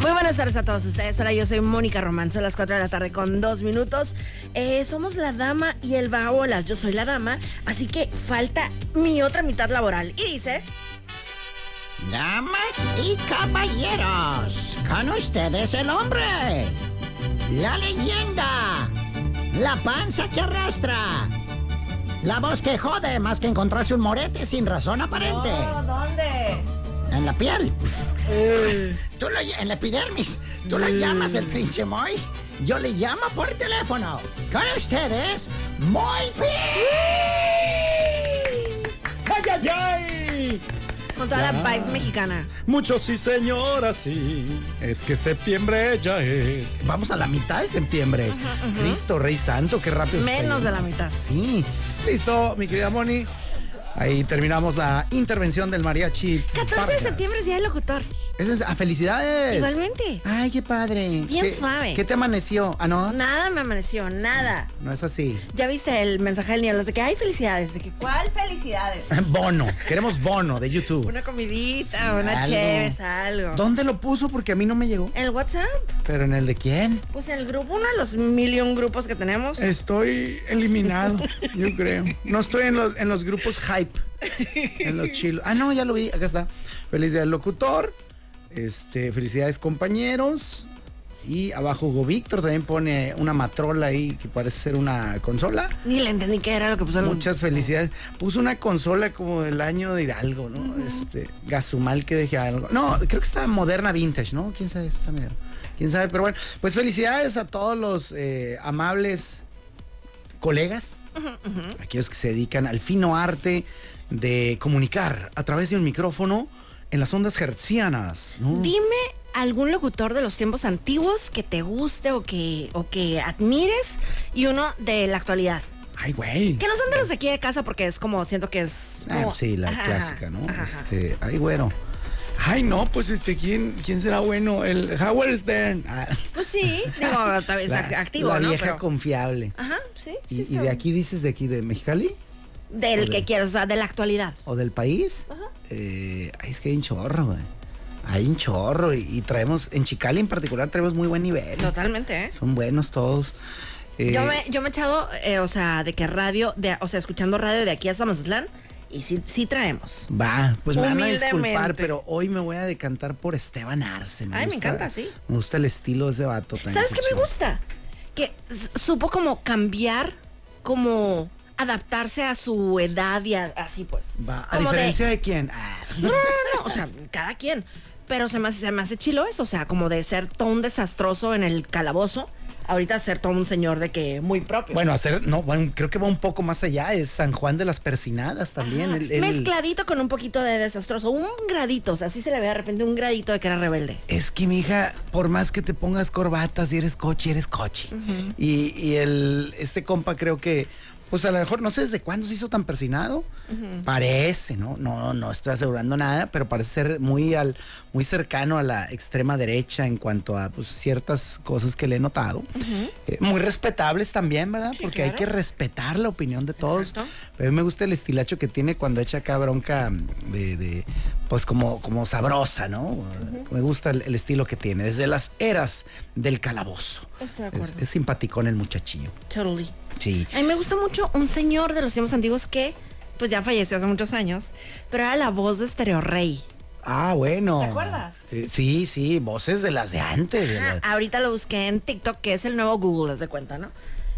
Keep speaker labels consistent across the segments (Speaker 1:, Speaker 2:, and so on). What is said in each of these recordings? Speaker 1: Muy buenas tardes a todos ustedes. Hola, yo soy Mónica Román. Son las 4 de la tarde con 2 minutos. Eh, somos la dama y el baolas. Yo soy la dama, así que falta mi otra mitad laboral. Y dice...
Speaker 2: Damas y caballeros, con ustedes el hombre, la leyenda, la panza que arrastra, la voz que jode más que encontrarse un morete sin razón aparente.
Speaker 1: Ah. ¿Dónde?
Speaker 2: En la piel. Tú lo, ll- en la epidermis. Tú lo llamas el trinche Moy. Yo le llamo por teléfono. Con ustedes, Moy Pi.
Speaker 3: ¡Ay, ay, ay!
Speaker 1: Con toda la vibe mexicana.
Speaker 3: Muchos sí, señora, sí. Es que septiembre ya es.
Speaker 2: Vamos a la mitad de septiembre. Cristo, Rey Santo, qué rápido. se está
Speaker 1: Menos de
Speaker 2: yendo.
Speaker 1: la mitad.
Speaker 2: Sí. Listo, mi querida Moni. Ahí terminamos la intervención del mariachi.
Speaker 1: 14 de
Speaker 2: Vargas.
Speaker 1: septiembre es Día del Locutor.
Speaker 2: Ese es- ah, ¡Felicidades!
Speaker 1: Igualmente.
Speaker 2: Ay, qué padre.
Speaker 1: Bien
Speaker 2: ¿Qué-
Speaker 1: suave.
Speaker 2: ¿Qué te amaneció? Ah, no.
Speaker 1: Nada me amaneció, nada.
Speaker 2: No es así.
Speaker 1: Ya viste el mensaje del niño, los de que hay felicidades, de que ¿cuál felicidades?
Speaker 2: Bono. Queremos bono de YouTube.
Speaker 1: Una comidita, una
Speaker 2: Algo.
Speaker 1: chéves, algo.
Speaker 2: ¿Dónde lo puso? Porque a mí no me llegó.
Speaker 1: ¿El WhatsApp?
Speaker 2: ¿Pero en el de quién?
Speaker 1: Pues en el grupo, uno de los millón grupos que tenemos.
Speaker 2: Eh. Estoy eliminado, yo creo. No estoy en los, en los grupos hype. En los chilos. Ah, no, ya lo vi. Acá está. Feliz día del locutor. Este, felicidades, compañeros. Y abajo Hugo Víctor también pone una matrola ahí que parece ser una consola.
Speaker 1: Ni le entendí qué era lo que puso el-
Speaker 2: Muchas felicidades. Puso una consola como del año de Hidalgo, ¿no? Este, Gazumal que dejé algo. No, creo que está moderna vintage, ¿no? ¿Quién sabe? Está medio- ¿Quién sabe? Pero bueno, pues felicidades a todos los eh, amables colegas, aquellos que se dedican al fino arte de comunicar a través de un micrófono en las ondas hertzianas, ¿no?
Speaker 1: Mm. Dime algún locutor de los tiempos antiguos que te guste o que, o que admires y uno de la actualidad.
Speaker 2: Ay, güey.
Speaker 1: Que no son de los de aquí de casa porque es como, siento que es...
Speaker 2: Ah,
Speaker 1: como-
Speaker 2: pues sí, la
Speaker 1: Ajá,
Speaker 2: clásica, ¿no?
Speaker 1: ajá, ajá.
Speaker 2: Este, ay, güero.
Speaker 3: Ay, no, pues este, ¿quién, quién será bueno? El Howard Stern.
Speaker 2: Ah,
Speaker 1: Pues sí, digo, tal vez act- activo,
Speaker 2: la
Speaker 1: ¿no?
Speaker 2: vieja
Speaker 1: Pero-
Speaker 2: confiable.
Speaker 1: Ajá, sí, sí.
Speaker 2: ¿Y,
Speaker 1: está
Speaker 2: y de
Speaker 1: bien.
Speaker 2: aquí dices de aquí de Mexicali?
Speaker 1: Del que quieras, o sea, de la actualidad.
Speaker 2: ¿O del país? Eh, ay, es que hay un chorro, güey. Hay un chorro. Y, y traemos, en Chicali en particular, traemos muy buen nivel.
Speaker 1: Totalmente, ¿eh?
Speaker 2: Son buenos todos. Eh,
Speaker 1: Yo me, yo me he echado, eh, o sea, de que radio, de, o sea, escuchando radio de aquí hasta Mazatlán, y sí, sí traemos.
Speaker 2: Va, pues me van a disculpar,
Speaker 1: Humildemente.
Speaker 2: pero hoy me voy a decantar por Esteban Arce.
Speaker 1: Ay, me encanta, sí.
Speaker 2: Me gusta el estilo de ese vato. tan
Speaker 1: ¿Sabes qué me
Speaker 2: chido.
Speaker 1: gusta? Que s- supo como cambiar, como adaptarse a su edad y a- así pues.
Speaker 2: Va, a
Speaker 1: Como de-
Speaker 2: diferencia de, quién. Ah,
Speaker 1: No, no, no, no, o sea, cada quien. Pero se me, hace, se me hace chilo eso, o sea, como de ser todo un desastroso en el calabozo, ahorita ser todo un señor de que muy propio.
Speaker 2: bueno, hacer, no, bueno, creo que va un poco más allá. Es San Juan de las Persinadas también. el- el-
Speaker 1: Mezcladito con un poquito de desastroso, un gradito, o sea, así se le ve de repente un gradito de que era rebelde.
Speaker 2: Es que, mija, por más que te pongas corbatas y eres coche, eres coche. Y, y el, este compa creo que, pues a lo mejor, no sé desde cuándo se hizo tan persinado. Parece, ¿no? No, no estoy asegurando nada, pero parece ser muy, al, muy cercano a la extrema derecha en cuanto a pues, ciertas cosas que le he notado. Eh, muy respetables también, ¿verdad? Porque hay que respetar la opinión de todos.
Speaker 1: Exacto.
Speaker 2: Pero a mí me gusta el estilacho que tiene cuando echa acá bronca mm, de, de, pues como, como sabrosa, ¿no? Me gusta el, el estilo que tiene, desde las eras del calabozo.
Speaker 1: Estoy de
Speaker 2: Es,
Speaker 1: acuerdo.
Speaker 2: es simpaticón el muchachillo.
Speaker 1: Totally.
Speaker 2: Sí.
Speaker 1: A mí me gusta mucho un señor de los tiempos antiguos que, pues ya falleció hace muchos años, pero era la voz de Stereo Rey.
Speaker 2: Ah, bueno.
Speaker 1: ¿Te acuerdas?
Speaker 2: Eh, sí, sí, voces de las de antes. de
Speaker 1: Ah,
Speaker 2: las-
Speaker 1: ahorita lo busqué en TikTok, que es el nuevo Google, haz de cuenta, ¿no?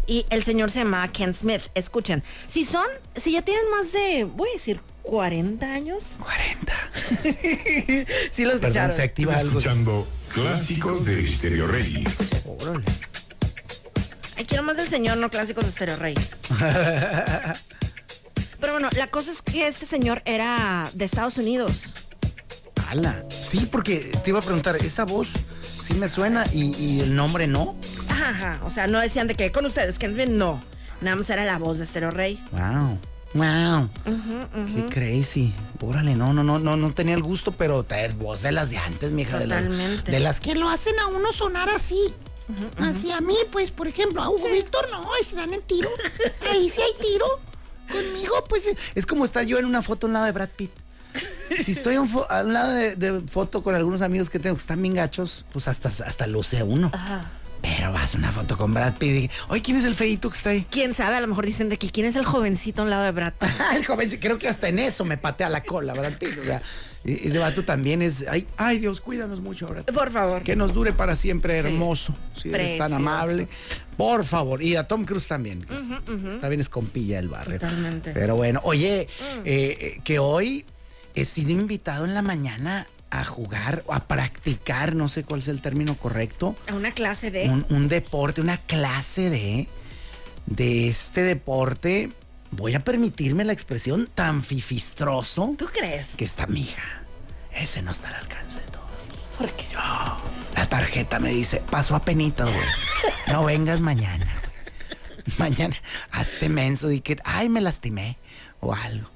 Speaker 1: Y el señor se llama Ken Smith. Escuchen, si son, si ya tienen más de, voy a decir, 40 años.
Speaker 2: 40.
Speaker 1: sí lo
Speaker 2: Perdón,
Speaker 1: escucharon.
Speaker 2: se activa algo.
Speaker 4: Escuchando clásicos de Stereo Rey.
Speaker 2: Órale.
Speaker 1: Ay, quiero más del señor, no clásicos de Stereo Rey. Pero bueno, la cosa es que este señor era de Estados Unidos.
Speaker 2: Ala. Sí, porque te iba a preguntar, esa voz sí me suena y, y el nombre no.
Speaker 1: Ajá, ajá. O sea, no decían de que con ustedes, Ken Smith, no. Nada más era la voz de Stereo Rey.
Speaker 2: Wow. Wow. Qué crazy. Órale, no, no, no, no, no tenía el gusto, pero te- voz de las de antes, mija, de las,
Speaker 1: Totalmente.
Speaker 2: de las que lo hacen a uno sonar así. Así a mí, pues, por ejemplo, a Hugo Víctor no, ahí se dan el tiro. Ahí sí hay tiro. Conmigo, pues, es- es como estar yo en una foto a un lado de Brad Pitt. Si estoy a un fo- a un lado de, de foto con algunos amigos que tengo que están bien gachos, pues hasta, hasta luce uno. Pero vas a una foto con Brad Pitt y dije, oye, ¿quién es el feito que está ahí?
Speaker 1: Quién sabe, a lo mejor dicen de que quién es el jovencito a un lado de Brad Pitt?
Speaker 2: Ah, el joven, sí, creo que hasta en eso me patea la cola, Brad Pitt. O sea, e- ese vato también es. Ay, ay, Dios, cuídanos mucho, Brad Pitt.
Speaker 1: Por favor.
Speaker 2: Que nos dure para siempre,
Speaker 1: Sí.
Speaker 2: hermoso. Si eres tan
Speaker 1: Precioso.
Speaker 2: amable. Por favor. Y a Tom Cruise también. que Está bien escompilla el barrio.
Speaker 1: Totalmente. Mm.
Speaker 2: Pero bueno, oye, eh, eh, que hoy he sido invitado en la mañana a jugar o a practicar, no sé cuál es el término correcto
Speaker 1: A una clase de.
Speaker 2: un, un deporte, una clase de, de este deporte, voy a permitirme la expresión tan fifistroso
Speaker 1: ¿Tú crees?
Speaker 2: que está mija. Ese no está al alcance de todo.
Speaker 1: ¿Por qué?
Speaker 2: La tarjeta me dice, pasó a penita, güey. No vengas mañana, güey. Mañana, hazte menso, di que, ay, me lastimé o algo.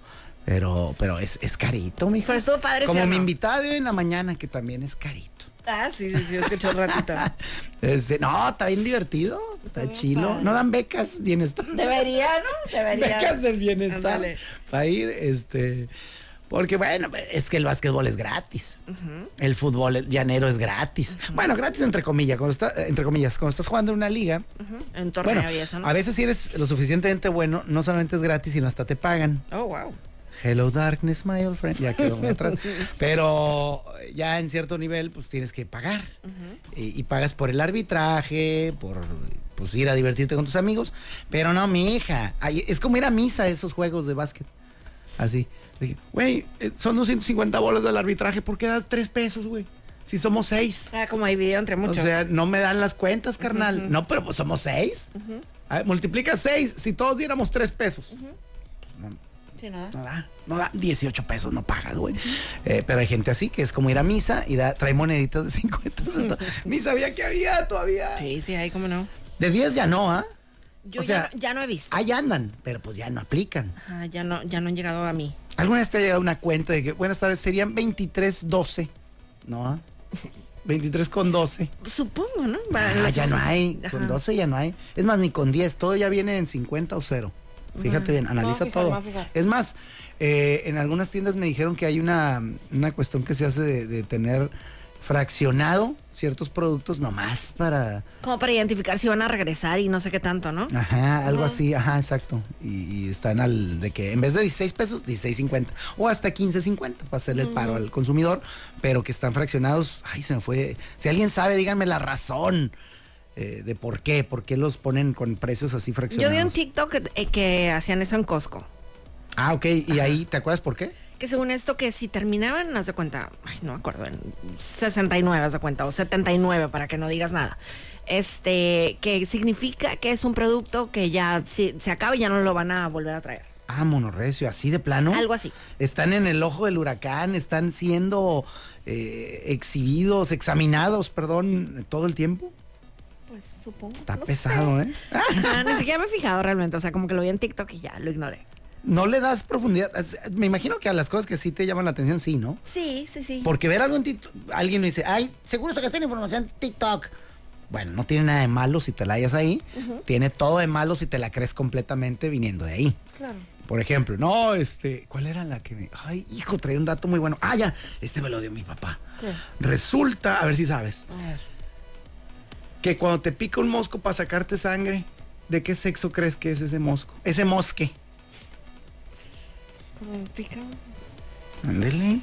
Speaker 2: Pero, pero es, es carito, mija.
Speaker 1: Pero estuvo padre, ¿sí
Speaker 2: Como
Speaker 1: o
Speaker 2: mi
Speaker 1: no?
Speaker 2: invitada de hoy en la mañana, que también es carito.
Speaker 1: Ah, sí, sí, sí, escuché un ratito.
Speaker 2: Este, no, está bien divertido, está, chilo. No dan becas, bienestar.
Speaker 1: Debería, ¿no? Debería.
Speaker 2: Becas del bienestar
Speaker 1: Ándale.
Speaker 2: para ir, este. Porque bueno, es que el básquetbol es gratis. El fútbol llanero es gratis. Bueno, gratis entre comillas, cuando está- entre comillas, cuando estás jugando en una liga.
Speaker 1: En torneo
Speaker 2: Bueno,
Speaker 1: y eso, ¿no?
Speaker 2: a veces si eres lo suficientemente bueno, no solamente es gratis, sino hasta te pagan.
Speaker 1: Oh, wow.
Speaker 2: Hello darkness, my old friend. Ya quedó muy atrás. Pero ya en cierto nivel, pues tienes que pagar. y, y pagas por el arbitraje, por pues ir a divertirte con tus amigos. Pero no, mi hija. es como ir a misa esos juegos de básquet. Así. Dije, Güey, eh, son 250 bolas del arbitraje. ¿Por qué das 3 pesos, güey? Si somos 6.
Speaker 1: Ah, como hay video entre muchos.
Speaker 2: O sea, no me dan las cuentas, carnal. No, pero pues somos 6. multiplica 6. Si todos diéramos 3 pesos.
Speaker 1: Sí, ¿no?
Speaker 2: No da, no da. 18 pesos no pagas, güey. Eh, pero hay gente así que es como ir a misa y da, trae moneditas de 50 centavos. Ni sabía que había todavía.
Speaker 1: Sí, sí, ahí como no.
Speaker 2: De 10 ya no, ¿ah?
Speaker 1: Yo
Speaker 2: o sea,
Speaker 1: ya, no, ya no he visto.
Speaker 2: ahí andan, pero pues ya no aplican.
Speaker 1: Ajá, ya no, ya no han llegado a mí.
Speaker 2: ¿Alguna vez te ha llegado una cuenta de que, buenas tardes, serían 23.12? ¿No? ah? 23 con 12.
Speaker 1: Supongo, ¿no? Va,
Speaker 2: Ah,
Speaker 1: los-
Speaker 2: ya no hay.
Speaker 1: Ajá.
Speaker 2: Con 12 ya no hay. Es más, ni con 10. Todo ya viene en 50 o 0. Fíjate bien, analiza
Speaker 1: fijar, me
Speaker 2: todo.
Speaker 1: voy a fijar.
Speaker 2: Es más, eh, en algunas tiendas me dijeron que hay una, una cuestión que se hace de, de tener fraccionado ciertos productos nomás para...
Speaker 1: Como para identificar si van a regresar y no sé qué tanto, ¿no?
Speaker 2: Ajá, algo así, ajá, exacto. Y, y están al de que en vez de 16 pesos, 16.50 o hasta 15.50 para hacerle el paro al consumidor, pero que están fraccionados. Ay, se me fue. Si alguien sabe, díganme la razón eh, de por qué, por qué los ponen con precios así
Speaker 1: Yo
Speaker 2: fraccionados.
Speaker 1: vi un TikTok eh, que hacían eso en Costco.
Speaker 2: Ah, ok, y ahí, ¿te acuerdas por qué?
Speaker 1: Que según esto, que si terminaban, haz de cuenta, ay, no me acuerdo, en 69, haz de cuenta, o 79, para que no digas nada. Este, que significa que es un producto que ya si, se acaba y ya no lo van a volver a traer.
Speaker 2: Ah, monorrecio, así de plano.
Speaker 1: Algo así.
Speaker 2: Están en el ojo del huracán, están siendo eh, exhibidos, examinados, perdón, todo el tiempo.
Speaker 1: Pues supongo.
Speaker 2: Está pesado, ¿eh?
Speaker 1: Ah, ni siquiera me he fijado realmente, o sea, como que lo vi en TikTok y ya lo ignoré.
Speaker 2: No le das profundidad. Es- Me imagino que a las cosas que sí te llaman la atención, sí, ¿no?
Speaker 1: Sí, sí, sí.
Speaker 2: Porque ver algo en TikTok, alguien me dice, ay, seguro sacaste la información en TikTok. Bueno, no tiene nada de malo si te la hayas ahí. Tiene todo de malo si te la crees completamente viniendo de ahí.
Speaker 1: Claro.
Speaker 2: Por ejemplo, no, este, ¿cuál era la que me- Ay, hijo, traía un dato muy bueno. Ah, ya, este me lo dio mi papá.
Speaker 1: ¿Qué?
Speaker 2: Resulta, a ver si sabes,
Speaker 1: A ver.
Speaker 2: que cuando te pica un mosco para sacarte sangre, ¿de qué sexo crees que es ese mosco? Ese mosque.
Speaker 1: Como pica.
Speaker 2: Ándele.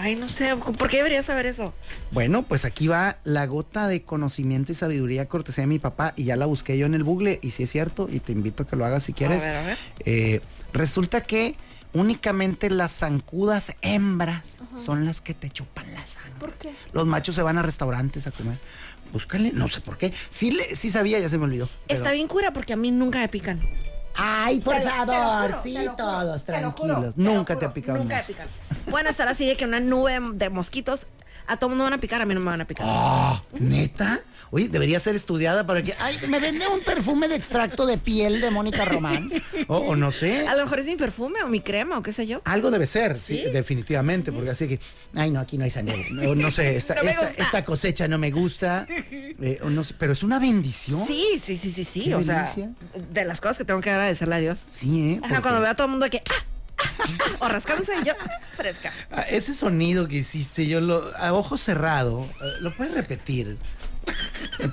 Speaker 1: Ay, no sé, ¿por qué debería saber eso?
Speaker 2: Bueno, pues aquí va la gota de conocimiento y sabiduría cortesía de mi papá y ya la busqué yo en el Google y si es cierto y te invito a que lo hagas si quieres.
Speaker 1: ver, a ver.
Speaker 2: Eh, resulta que únicamente las zancudas hembras son las que te chupan la sangre.
Speaker 1: ¿Por qué?
Speaker 2: Los machos se van a restaurantes a comer. Búscale, no sé por qué. Sí, le- sí sabía, ya se me olvidó. pero-
Speaker 1: Está bien cura porque a mí nunca me pican.
Speaker 2: Ay, por
Speaker 1: Te lo- te lo
Speaker 2: favor,
Speaker 1: juro,
Speaker 2: sí,
Speaker 1: te lo juro,
Speaker 2: todos
Speaker 1: te lo juro,
Speaker 2: tranquilos.
Speaker 1: te lo
Speaker 2: Nunca te
Speaker 1: juro,
Speaker 2: ha picado un
Speaker 1: Nunca me
Speaker 2: oso.
Speaker 1: pican. Van a estar así de que una nube de mosquitos. A todo mundo van a picar, a mí no me van a picar.
Speaker 2: Ah, ¿Neta? Oye, debería ser estudiada para que. Ay, me vende un perfume de extracto de piel de Mónica Román. O, o no sé.
Speaker 1: A lo mejor es mi perfume o mi crema o qué sé yo.
Speaker 2: Algo debe ser, sí, definitivamente, porque así que, ay no, aquí no hay sangre, no, no sé, esta,
Speaker 1: No me
Speaker 2: esta-
Speaker 1: gusta.
Speaker 2: esta cosecha no me gusta, eh, o no sé, pero es una bendición.
Speaker 1: Sí, sí, sí, sí, sí.
Speaker 2: Qué
Speaker 1: O sea,
Speaker 2: delicia.
Speaker 1: de las cosas que tengo que agradecerle a Dios.
Speaker 2: Sí, ¿eh?
Speaker 1: Ajá,
Speaker 2: Porque-
Speaker 1: cuando veo a todo el mundo de que. ah, ah, ah, o rascándose y yo ah, fresca.
Speaker 2: Ah, Ese sonido que hiciste, yo lo, a ojo cerrado, eh, lo puedes repetir.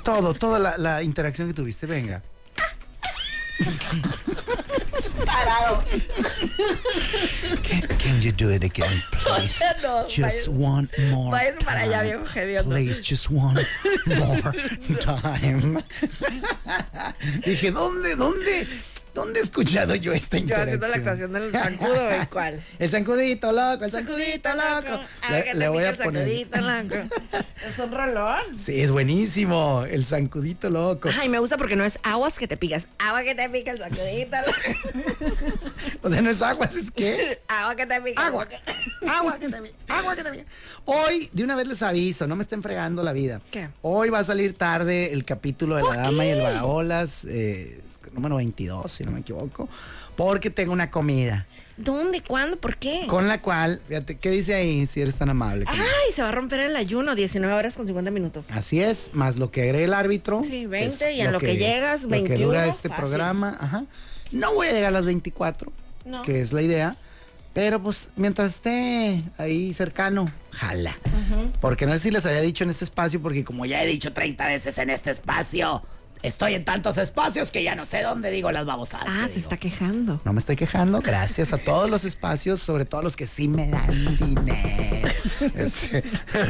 Speaker 2: Todo, toda la, la interacción que tuviste, venga. Parado. Can, you do it again, please?
Speaker 1: No, vayas-
Speaker 2: just one more.
Speaker 1: vayas para allá,
Speaker 2: time.
Speaker 1: viejo hediondo.
Speaker 2: Please, just one more time. Dije, ¿dónde, dónde, dónde he escuchado yo esta
Speaker 1: Yo
Speaker 2: interacción?
Speaker 1: haciendo la actuación del zancudo, ¿y cuál?
Speaker 2: El zancudito loco, el zancudito loco.
Speaker 1: Ah, que te pica el sacudito, loco. Es un rolón.
Speaker 2: Sí, es buenísimo. El zancudito loco.
Speaker 1: Ay, me gusta porque no es aguas que te picas, agua que te pica el sacudito, loco.
Speaker 2: O sea, no es aguas, es que.
Speaker 1: agua que te pica. el
Speaker 2: Agua.
Speaker 1: sacu-
Speaker 2: Agua que te vi- Agua que te vi- Hoy, de una vez les aviso, no me estén fregando la vida.
Speaker 1: ¿Qué?
Speaker 2: Hoy va a salir tarde el capítulo de La
Speaker 1: ¿Por
Speaker 2: Dama y el
Speaker 1: qué?
Speaker 2: Baolas, eh, número 22, si no me equivoco. Porque tengo una comida
Speaker 1: ¿Dónde? ¿Cuándo? ¿Por qué?
Speaker 2: con la cual, fíjate, ¿qué dice ahí si eres tan amable? conmigo?
Speaker 1: Ay, se va a romper el ayuno, 19 horas con 50 minutos.
Speaker 2: Así es, más lo que agregue el árbitro.
Speaker 1: Sí,
Speaker 2: que
Speaker 1: 20,
Speaker 2: es
Speaker 1: y en lo que llegas,
Speaker 2: Lo que
Speaker 1: 21,
Speaker 2: dura este
Speaker 1: fácil.
Speaker 2: programa, ajá. No voy a llegar a las 24,
Speaker 1: No.
Speaker 2: que es la idea. Pero pues mientras esté ahí cercano, jala. Porque no sé si les había dicho en este espacio, porque como ya he dicho 30 veces en este espacio, estoy en tantos espacios que ya no sé dónde digo las babosadas.
Speaker 1: Ah,
Speaker 2: que
Speaker 1: se
Speaker 2: digo.
Speaker 1: está quejando.
Speaker 2: No me estoy quejando, gracias a todos los espacios, sobre todo a los que sí me dan dinero. Este,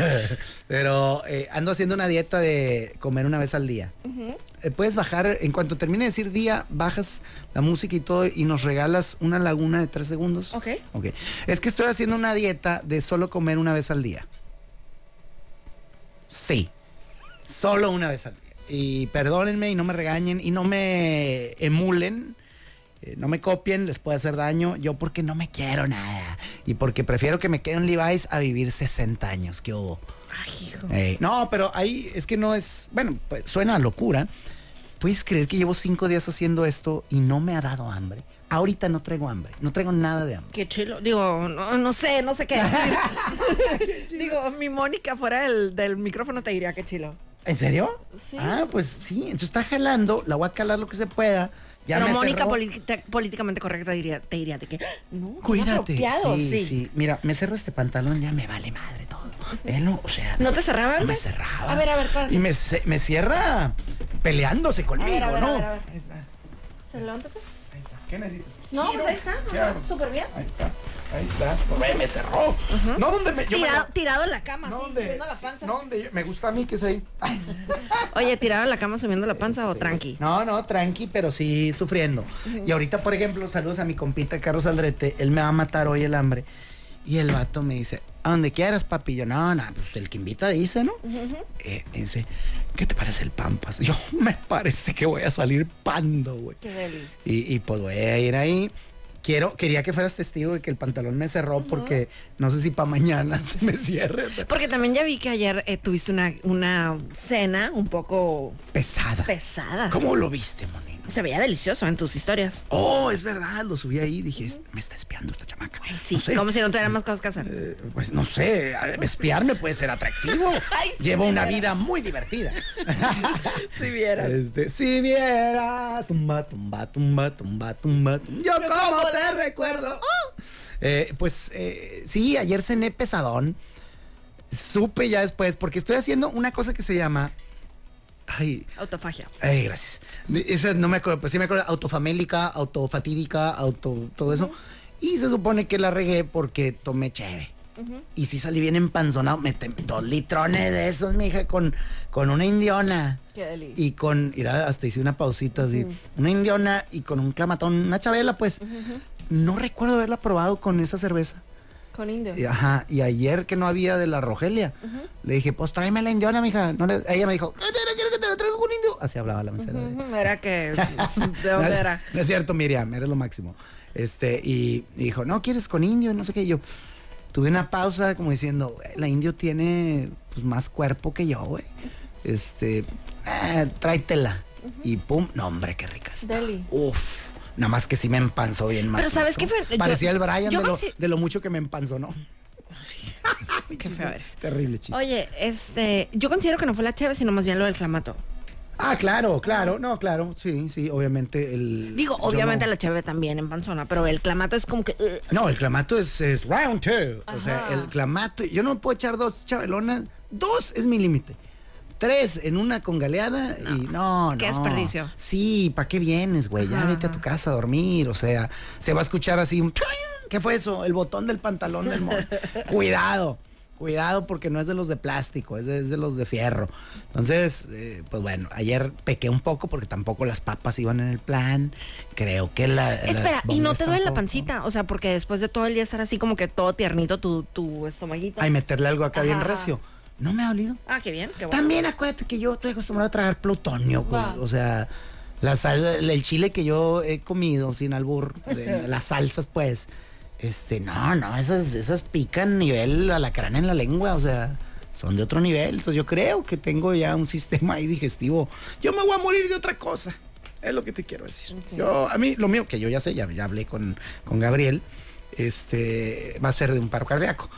Speaker 2: Pero eh, ando haciendo una dieta de comer una vez al día. Eh, puedes bajar, en cuanto termine de decir día, bajas la música y todo y nos regalas una laguna de tres segundos.
Speaker 1: Ok.
Speaker 2: Ok. Es que estoy haciendo una dieta de solo comer una vez al día. Sí. Solo una vez al día. Y perdónenme y no me regañen y no me emulen. eh, No me copien, les puede hacer daño. Yo porque no me quiero nada. Y porque prefiero que me quede en Levi's a vivir 60 años. ¿Qué hubo?
Speaker 1: Ay, hijo.
Speaker 2: Ey, no, pero ahí es que no es. Bueno, pues, suena a locura. ¿Puedes creer que llevo cinco días haciendo esto y no me ha dado hambre? Ahorita no traigo hambre. No traigo nada de hambre.
Speaker 1: Qué chilo. Digo, no, no sé, no sé qué decir. Digo, mi Mónica fuera del, del micrófono te diría qué chilo.
Speaker 2: ¿En serio?
Speaker 1: Sí.
Speaker 2: Ah, pues sí. Entonces está jalando, la voy a calar lo que se pueda. Ya
Speaker 1: Pero
Speaker 2: me
Speaker 1: Mónica
Speaker 2: cerró.
Speaker 1: politi- políticamente correcta diría, te diría de que no,
Speaker 2: Cuídate.
Speaker 1: apropiado,
Speaker 2: Sí, sí, Mira, me cerró este pantalón, ya me vale madre todo. Velo, o sea.
Speaker 1: ¿No te cerraba
Speaker 2: No me
Speaker 1: antes?
Speaker 2: cerraba.
Speaker 1: A ver, a ver, ¿cuál?
Speaker 2: Y me, ce- me cierra peleándose
Speaker 1: A
Speaker 2: conmigo,
Speaker 1: ver, a ver,
Speaker 2: ¿no?
Speaker 1: a ver, a ver. Se levántate.
Speaker 2: Ahí está. ¿Qué necesitas?
Speaker 1: No, pues ahí está,
Speaker 2: Claro.
Speaker 1: ajá, súper bien.
Speaker 2: Ahí está, ahí está. Ve, me cerró. No donde me. Yo me
Speaker 1: Tirado,
Speaker 2: la-
Speaker 1: tirado en la cama,
Speaker 2: no
Speaker 1: sí,
Speaker 2: donde.
Speaker 1: subiendo la
Speaker 2: sí,
Speaker 1: panza.
Speaker 2: no donde. yo- Me gusta a mí que es ahí. Ay.
Speaker 1: Oye, tirado en la cama subiendo la panza
Speaker 2: Este,
Speaker 1: o tranqui.
Speaker 2: No, no, tranqui, pero sí sufriendo. Y ahorita, por ejemplo, saludos a mi compita Carlos Aldrete. Él me va a matar hoy el hambre. Y el vato me dice, a donde quieras, papi. Yo, no, no, pues el que invita dice, ¿no? Eh, me dice, ¿qué te parece el Pampas? Yo, me parece que voy a salir pando, güey.
Speaker 1: Qué deli.
Speaker 2: Y, y, pues voy a ir ahí. Quiero, quería que fueras testigo de que el pantalón me cerró porque no sé si para mañana se me cierre. pero-
Speaker 1: Porque también ya vi que ayer eh, tuviste una, una cena un poco
Speaker 2: Pesada.
Speaker 1: pesada.
Speaker 2: ¿Cómo lo viste, Monino?
Speaker 1: Se veía delicioso en tus historias.
Speaker 2: Oh, es verdad, lo subí ahí. Dije, "Es- me está espiando esta chamaca.
Speaker 1: Ay, sí,
Speaker 2: No sé,
Speaker 1: como si no tuviera más cosas que hacer.
Speaker 2: eh, pues no sé, a ver, espiarme puede ser atractivo.
Speaker 1: Ay, sí,
Speaker 2: Llevo
Speaker 1: de
Speaker 2: una
Speaker 1: veras.
Speaker 2: vida muy divertida.
Speaker 1: Si vieras.
Speaker 2: Este, si vieras, tumba, tumba, tumba, tumba, tumba, tum- Yo como te recuerdo. ¡Ah! Eh, pues eh, sí, ayer cené pesadón. Supe ya después, porque estoy haciendo una cosa que se llama. Ay,
Speaker 1: Autofagia.
Speaker 2: ay, gracias. De- Esa no me acuerdo, pues sí me acuerdo. Autofamélica, autofatídica, auto. todo eso. Y se supone que la regué porque tomé chévere. Y sí salí bien empanzonado. Me tem- dos litrones de esos, mija, con, con una indiona.
Speaker 1: Qué delicia.
Speaker 2: Y con, mira, hasta hice una pausita así. Una indiona y con un clamatón, una chabela, pues. No recuerdo haberla probado con esa cerveza.
Speaker 1: Con indio.
Speaker 2: Y, ah, Ajá, y ayer que no había de la Rogelia, le dije, pues tráeme la indiana, mija. No le- Ella me dijo, no, no, no quiero que te la traigo con indio. Así hablaba la mesera.
Speaker 1: Era que. ¿De dónde
Speaker 2: No es-
Speaker 1: era?
Speaker 2: No es cierto, Miriam, eres lo máximo. Este, y dijo, no, ¿quieres con indio? No sé qué. Y yo tuve una pausa como diciendo, "Güey, la indio tiene pues, más cuerpo que yo, güey. Este, ah, tráetela. Y pum, no, hombre, qué rica está.
Speaker 1: Deli.
Speaker 2: Uf. Nada más que sí me empanzó bien más.
Speaker 1: ¿sabes qué, Fer? Yo-
Speaker 2: Parecía el Brian
Speaker 1: yo
Speaker 2: de lo,
Speaker 1: consi-
Speaker 2: de lo mucho que me empanzó, ¿no?
Speaker 1: Qué feo eres.
Speaker 2: Terrible chiste.
Speaker 1: Oye, este. Yo considero que no fue la cheve, sino más bien lo del clamato.
Speaker 2: Ah, claro, claro, no, claro, sí, sí, obviamente el...
Speaker 1: Digo,
Speaker 2: yo
Speaker 1: obviamente
Speaker 2: no-
Speaker 1: la cheve también en panzona, pero el clamato es como que. eh,
Speaker 2: No, el clamato es, es round two, o sea,
Speaker 1: Ajá.
Speaker 2: el clamato, yo no me puedo echar dos chabelonas, dos es mi límite. Tres en una con galeada y no, no.
Speaker 1: Qué desperdicio.
Speaker 2: Sí, ¿para qué vienes, güey? Ya vete a tu casa a dormir, o sea, se va a escuchar así un... chuin. ¿Qué fue eso? El botón del pantalón del mono. cuidado, cuidado porque no es de los de plástico, es de, es de los de fierro. Entonces, eh, pues bueno, ayer pequé un poco porque tampoco las papas iban en el plan. Creo que la... Eh, las
Speaker 1: Espera, y no
Speaker 2: bongas
Speaker 1: te duele la
Speaker 2: tampoco.
Speaker 1: pancita. O sea, porque después de todo el día estar así como que todo tiernito tu, tu estomaguito.
Speaker 2: Ay, meterle algo acá bien
Speaker 1: Ajá.
Speaker 2: recio. No me ha dolido.
Speaker 1: Ah, qué bien, qué bueno.
Speaker 2: También acuérdate que yo estoy acostumbrado a tragar plutonio. güey.
Speaker 1: Va.
Speaker 2: O sea, la sal- el chile que yo he comido sin albur, de- las salsas, pues. Este, no, no, esas, esas pican nivel alacrán en la lengua, o sea, son de otro nivel. Entonces yo creo que tengo ya un sistema ahí digestivo. Yo me voy a morir de otra cosa. Es lo que te quiero decir. Yo, a mí, lo mío, que yo ya sé, ya, ya hablé con, con Gabriel, este, va a ser de un paro cardíaco.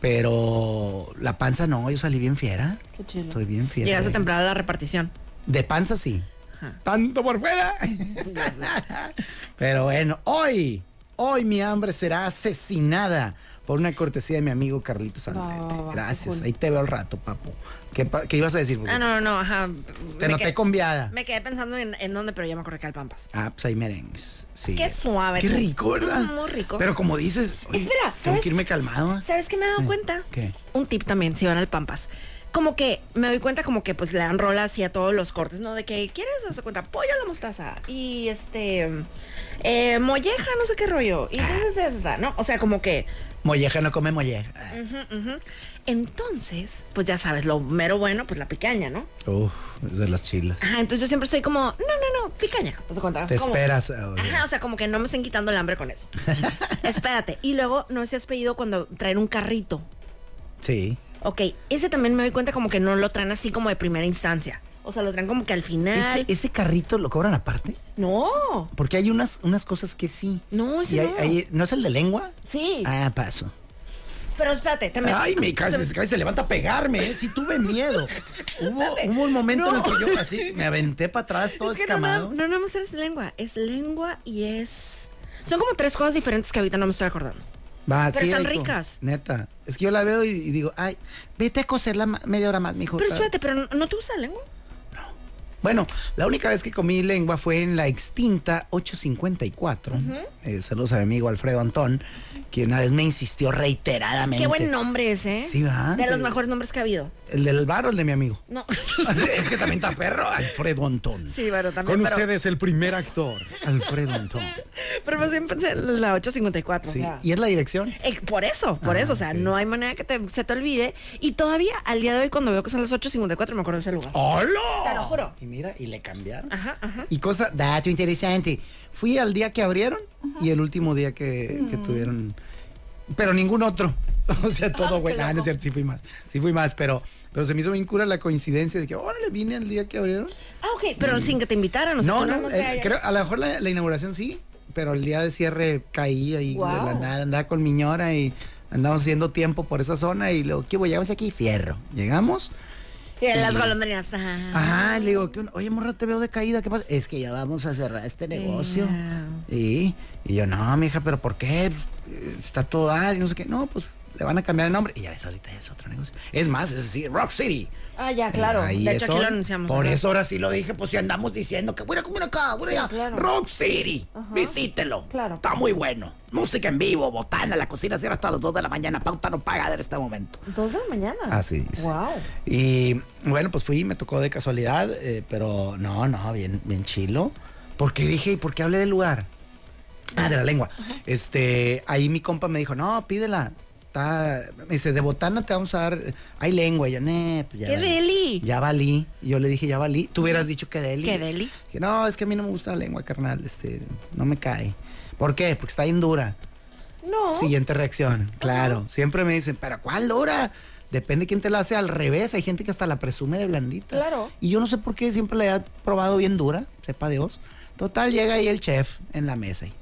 Speaker 2: Pero la panza no, yo salí bien fiera.
Speaker 1: Qué chido.
Speaker 2: Estoy bien fiera.
Speaker 1: Llegaste
Speaker 2: eh.
Speaker 1: temprano a la repartición.
Speaker 2: De panza sí.
Speaker 1: Ajá. Ah,
Speaker 2: Tanto por fuera. Pero bueno, hoy, hoy mi hambre será asesinada por una cortesía de mi amigo Carlitos
Speaker 1: va,
Speaker 2: Andrete.
Speaker 1: va, qué
Speaker 2: Gracias.
Speaker 1: cool.
Speaker 2: Ahí te veo al rato, papu. ¿Qué, pa- qué ibas a decir?
Speaker 1: Ah, no, no, no, ajá.
Speaker 2: Te
Speaker 1: Me
Speaker 2: noté
Speaker 1: qued-
Speaker 2: conviada.
Speaker 1: Me quedé pensando en, en dónde, pero ya me acordé que al Pampas.
Speaker 2: Ah, pues hay merengues. Sí.
Speaker 1: Qué suave,
Speaker 2: Qué
Speaker 1: tú.
Speaker 2: rico, ¿verdad?
Speaker 1: Muy rico.
Speaker 2: Pero como dices, oye,
Speaker 1: Espera,
Speaker 2: tengo
Speaker 1: ¿sabes?
Speaker 2: que irme calmado. ¿eh?
Speaker 1: ¿Sabes qué me he dado
Speaker 2: Sí.
Speaker 1: cuenta?
Speaker 2: ¿Qué?
Speaker 1: Un tip también, si van al Pampas. Como que me doy cuenta como que pues le dan rola así a todos los cortes, ¿no? De que quieres darse cuenta, pollo a la mostaza y este eh, molleja, no sé qué rollo.
Speaker 2: Ah.
Speaker 1: Y ta, ta, ta, ta, ¿no? O sea, como que
Speaker 2: Molleja no come molleja. Ah,
Speaker 1: ujú, ujú. entonces, pues ya sabes, lo mero bueno, pues la picaña, ¿no?
Speaker 2: Uf, es de las chilas.
Speaker 1: Ajá, entonces yo siempre estoy como, no, no, no, picaña. O sea, cuenta,
Speaker 2: Te
Speaker 1: como-
Speaker 2: esperas. ah, oye.
Speaker 1: Ajá, o sea, como que no me estén quitando el hambre con eso. Espérate. Y luego, no sé si has pedido cuando traen un carrito.
Speaker 2: Sí.
Speaker 1: Ok, ese también me doy cuenta como que no lo traen así como de primera instancia. O sea, lo traen como que al final.
Speaker 2: ¿Ese, ese carrito lo cobran aparte?
Speaker 1: No.
Speaker 2: Porque hay unas, unas cosas que sí.
Speaker 1: No, ese
Speaker 2: Y hay-
Speaker 1: no.
Speaker 2: hay- ¿No es el de lengua?
Speaker 1: Sí.
Speaker 2: Ah, paso.
Speaker 1: Pero espérate, también.
Speaker 2: Ay, me casi,
Speaker 1: se-
Speaker 2: casi se levanta a pegarme, ¿eh? Sí tuve miedo. hubo, hubo un momento en el que yo así me aventé para atrás todo
Speaker 1: es que no, nada-
Speaker 2: escamado.
Speaker 1: no, nada más es lengua. Es lengua y es. Son como tres cosas diferentes que ahorita no me estoy acordando.
Speaker 2: Va,
Speaker 1: Pero están
Speaker 2: rico.
Speaker 1: ricas.
Speaker 2: Neta. Es que yo la veo y, y digo, ay, vete a cocerla ma- media hora más, mijo.
Speaker 1: Pero
Speaker 2: Ah,
Speaker 1: espérate, pero no, ¿no te gusta la lengua.
Speaker 2: Bueno, la única vez que comí lengua fue en la extinta 854. Eh, saludos a mi amigo Alfredo Antón, que una vez me insistió reiteradamente.
Speaker 1: Qué buen nombre ese, ¿eh?
Speaker 2: Sí, va.
Speaker 1: De los
Speaker 2: Sí.
Speaker 1: mejores nombres que ha habido.
Speaker 2: ¿El del bar o el de mi amigo?
Speaker 1: No.
Speaker 2: es que también está perro, Alfredo Antón.
Speaker 1: sí, bueno, también.
Speaker 3: Con
Speaker 1: pero-
Speaker 3: ustedes el primer actor.
Speaker 2: Alfredo Antón.
Speaker 1: Pero pues más bien pensé en la 854.
Speaker 2: Sí.
Speaker 1: O sea.
Speaker 2: ¿Y Ah, es la dirección?
Speaker 1: Eh, Por eso, por eso, o sea, no hay manera que te- se te olvide. Y todavía al día de hoy, cuando veo que son las 8.54, me acuerdo de ese
Speaker 2: Oh.
Speaker 1: lugar.
Speaker 2: ¡Hola!
Speaker 1: Te lo juro.
Speaker 2: Y mira, y le cambiaron.
Speaker 1: Ajá, ajá.
Speaker 2: Y cosa, dato interesante. Fui al día que abrieron y el último día que, que
Speaker 1: Mm.
Speaker 2: tuvieron. Pero ningún otro. O sea, todo güey. Ah, no es cierto, sí fui más. Sí fui más, pero, pero se me hizo bien cura la coincidencia de que, órale, vine al día que abrieron.
Speaker 1: Ah, ok, pero sin que te invitaran, o sea,
Speaker 2: Mm. No,
Speaker 1: tú
Speaker 2: no,
Speaker 1: nomás
Speaker 2: eh,
Speaker 1: de ahí-
Speaker 2: creo, a lo mejor la, la inauguración sí, pero el día de cierre caí ahí de la
Speaker 1: Wow.
Speaker 2: nada, andaba con miñora y andamos haciendo tiempo por esa zona y luego, ¿qué voy? Llegamos aquí, fierro. Llegamos.
Speaker 1: Y en las
Speaker 2: eh,
Speaker 1: golondrinas. ah.
Speaker 2: Ajá, le digo, ¿qué onda? oye, morra, te veo de caída, ¿qué pasa? Es que ya vamos a cerrar este negocio. Y, y yo, no, mija, ¿pero por qué? Eh, Está pues, todo dar y no sé qué. No, pues le van a cambiar el nombre. Y ya ves, ahorita es otro negocio. Es más, es decir, Rock City.
Speaker 1: Ah, ya, claro.
Speaker 2: Ahí
Speaker 1: de hecho,
Speaker 2: eso-
Speaker 1: aquí lo anunciamos.
Speaker 2: Por
Speaker 1: ajá.
Speaker 2: eso ahora sí lo dije, pues si andamos diciendo que voy a comer acá, voy a
Speaker 1: Sí, claro.
Speaker 2: Rock City, visítelo.
Speaker 1: Claro.
Speaker 2: Está muy bueno. Música en vivo, botana, la cocina cierra hasta las 2 de la mañana, pauta no pagada en este momento.
Speaker 1: Dos de la mañana.
Speaker 2: Así dice.
Speaker 1: Wow.
Speaker 2: Y bueno, pues fui, me tocó de casualidad, eh, pero no, no, bien, bien chilo. Porque dije, ¿y por qué hablé del lugar? Ah, de la lengua. Este, ahí mi compa me dijo, no, pídela. Está, me dice, de botana te vamos a dar, hay lengua. Y yo, "Nee, pues ya
Speaker 1: ¡Qué
Speaker 2: valí".
Speaker 1: deli!
Speaker 2: Ya valí. Y yo le dije, ya valí. Tú hubieras dicho que deli.
Speaker 1: ¿Qué deli?
Speaker 2: Dije, no, es que a mí no me gusta la lengua, carnal. Este, no me cae. ¿Por qué? Porque está bien dura.
Speaker 1: No.
Speaker 2: Siguiente reacción, claro. Siempre me dicen, ¿pero cuál dura? Depende quién te la hace al revés. Hay gente que hasta la presume de blandita.
Speaker 1: Claro.
Speaker 2: Y yo no sé por qué siempre la he probado bien dura, sepa Dios. Total, llega ahí el chef en la mesa y,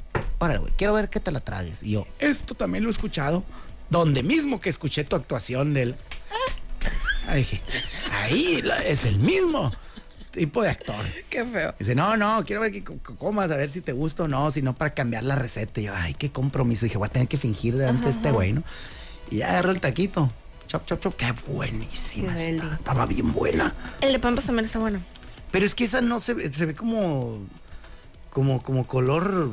Speaker 2: órale, güey, quiero ver que te la tragues. Y yo, esto también lo he escuchado, donde mismo que escuché tu actuación del... ah". Ahí dije, ahí la- es el mismo tipo de actor.
Speaker 1: Qué feo.
Speaker 2: Dice, no, no, quiero ver que co- co- comas, a ver si te gusta o no, si no para cambiar la receta. Y yo, ay, qué compromiso. Dije, voy a tener que fingir delante de este güey, ¿no? Y ya agarro el taquito. Chop, chop, chop. Qué buenísima
Speaker 1: Qué
Speaker 2: está.
Speaker 1: deli.
Speaker 2: Estaba bien buena.
Speaker 1: El de Pampas también está bueno.
Speaker 2: Pero es que esa no se ve, se ve como, como, como color,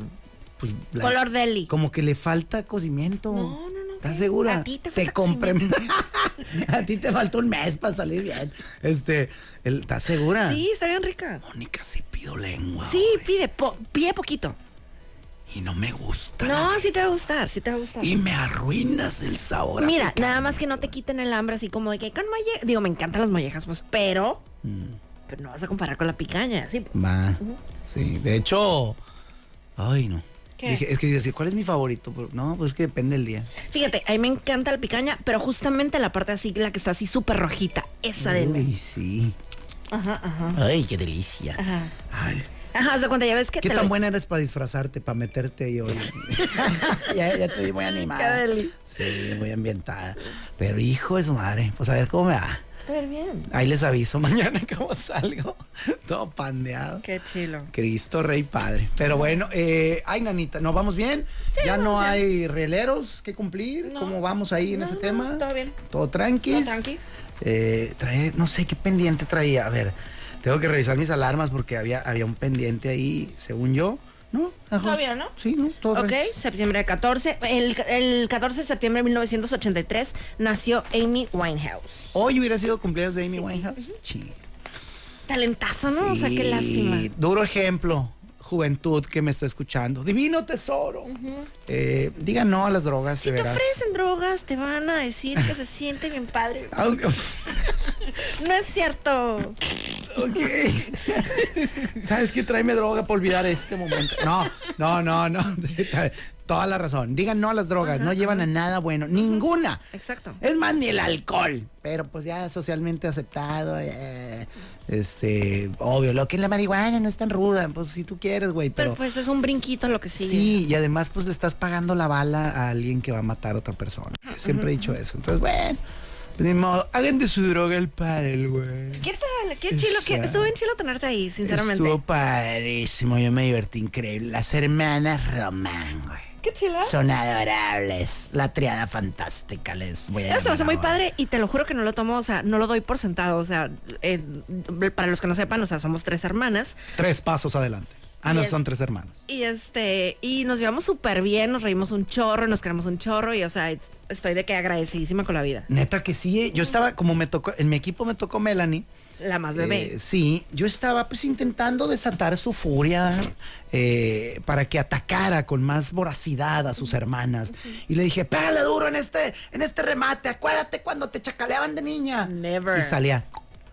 Speaker 2: pues, blan-
Speaker 1: Color deli.
Speaker 2: Como que le falta cocimiento.
Speaker 1: No, no, no,
Speaker 2: ¿Estás
Speaker 1: ¿qué?
Speaker 2: segura?
Speaker 1: A ti te falta
Speaker 2: compré. a ti te falta un mes para salir bien. Este, el- ¿estás segura?
Speaker 1: Sí, está bien rica.
Speaker 2: Mónica, sí pido lengua.
Speaker 1: Sí,
Speaker 2: güey.
Speaker 1: pide, po- pide poquito.
Speaker 2: y no me gusta.
Speaker 1: No, sí te va a gustar, sí te va a gustar.
Speaker 2: Y me arruinas el sabor. a
Speaker 1: Mira,
Speaker 2: picante.
Speaker 1: nada más que no te quiten el hambre así como de que con molleja. Digo, me encantan las mollejas, pues, pero. Pero no vas a comparar con la picaña, sí. Pues.
Speaker 2: Mm. Va. Sí, de hecho. Ay, no.
Speaker 1: ¿Qué?
Speaker 2: Dije, es que iba a decir, ¿cuál es mi favorito? Pero No, pues es que depende del día.
Speaker 1: Fíjate, a mí me encanta la picaña, pero justamente la parte así, la que está así súper rojita. Esa
Speaker 2: Uy,
Speaker 1: de
Speaker 2: sí.
Speaker 1: Ajá, ajá.
Speaker 2: Ay, qué delicia.
Speaker 1: Ajá.
Speaker 2: Ay.
Speaker 1: Ajá, haz de cuenta, ya ves que
Speaker 2: ¿Qué
Speaker 1: te
Speaker 2: tan
Speaker 1: lo-
Speaker 2: buena eres para disfrazarte, para meterte ahí hoy? ya, ya te vi muy animada.
Speaker 1: Qué deli.
Speaker 2: Sí, muy ambientada. Pero hijo de su madre, pues a ver cómo me va.
Speaker 1: Está bien, bien.
Speaker 2: Ahí les aviso mañana cómo salgo. Todo pandeado.
Speaker 1: Qué chilo.
Speaker 2: Cristo Rey Padre. Pero bueno, eh, ay, nanita, ¿nos vamos bien? ya no hay releros que cumplir.
Speaker 1: No.
Speaker 2: ¿Cómo vamos ahí en
Speaker 1: No,
Speaker 2: ese
Speaker 1: no,
Speaker 2: tema?
Speaker 1: todo bien.
Speaker 2: Todo tranqui. Eh,
Speaker 1: Todo tranqui.
Speaker 2: trae, no sé qué pendiente traía. A ver, tengo que revisar mis alarmas porque había, había un pendiente ahí, según yo. ¿No?
Speaker 1: Todo bien, ¿no?
Speaker 2: Sí, ¿no? Todo
Speaker 1: Ok,
Speaker 2: tranqui.
Speaker 1: septiembre de 14. El, el 14 de septiembre de 1983 nació Amy Winehouse.
Speaker 2: Hoy hubiera sido cumpleaños de Amy
Speaker 1: Sí.
Speaker 2: Winehouse. Sí.
Speaker 1: Talentazo, ¿no? O sea, qué
Speaker 2: Sí,
Speaker 1: lástima.
Speaker 2: Duro ejemplo, juventud que me está escuchando. Divino tesoro. Eh, diga no a las drogas,
Speaker 1: Si
Speaker 2: de
Speaker 1: te
Speaker 2: veras.
Speaker 1: ofrecen drogas, te van a decir que se siente bien padre.
Speaker 2: Aunque-
Speaker 1: No es cierto.
Speaker 2: Ok. ¿Sabes qué? Tráeme droga para olvidar este momento. No, no, no, no. Toda la razón. Digan no a las drogas, no llevan a nada bueno. Ninguna.
Speaker 1: Exacto.
Speaker 2: Es más, ni el alcohol. Pero pues ya socialmente aceptado. eh, este, obvio, lo que es la marihuana no es tan ruda. Pues si tú quieres, güey,
Speaker 1: Pero
Speaker 2: pero.
Speaker 1: pues es un brinquito lo que sigue.
Speaker 2: Sí, y además pues le estás pagando la bala a alguien que va a matar a otra persona. Siempre he dicho eso. Entonces, bueno, pues, ni modo, hagan de su droga el pádel, güey.
Speaker 1: ¿Qué tal? Qué chilo. que
Speaker 2: Ya.
Speaker 1: Estuvo bien chilo tenerte ahí, sinceramente.
Speaker 2: Estuvo padrísimo, yo me divertí increíble. Las hermanas Román, güey.
Speaker 1: Qué chilo.
Speaker 2: Son adorables. La triada fantástica les voy a
Speaker 1: Eso es
Speaker 2: llamar
Speaker 1: muy
Speaker 2: ahora.
Speaker 1: padre y te lo juro que no lo tomo, o sea, no lo doy por sentado. O sea, eh, para los que no sepan, o sea, somos tres hermanas.
Speaker 3: Tres pasos adelante.
Speaker 2: Ah, no,
Speaker 1: Yes.
Speaker 2: son tres hermanos.
Speaker 1: Y este, y nos llevamos súper bien, nos reímos un chorro, nos queremos un chorro, y o sea, et- estoy de que agradecidísima con la vida.
Speaker 2: Neta que sí, eh. yo estaba, como me tocó, en mi equipo me tocó Melanie.
Speaker 1: La más bebé.
Speaker 2: Eh, sí, yo estaba pues intentando desatar su furia eh, para que atacara con más voracidad a sus hermanas. Y le dije, pégale duro en este, en este remate, acuérdate cuando te chacaleaban de niña.
Speaker 1: Never.
Speaker 2: Y salía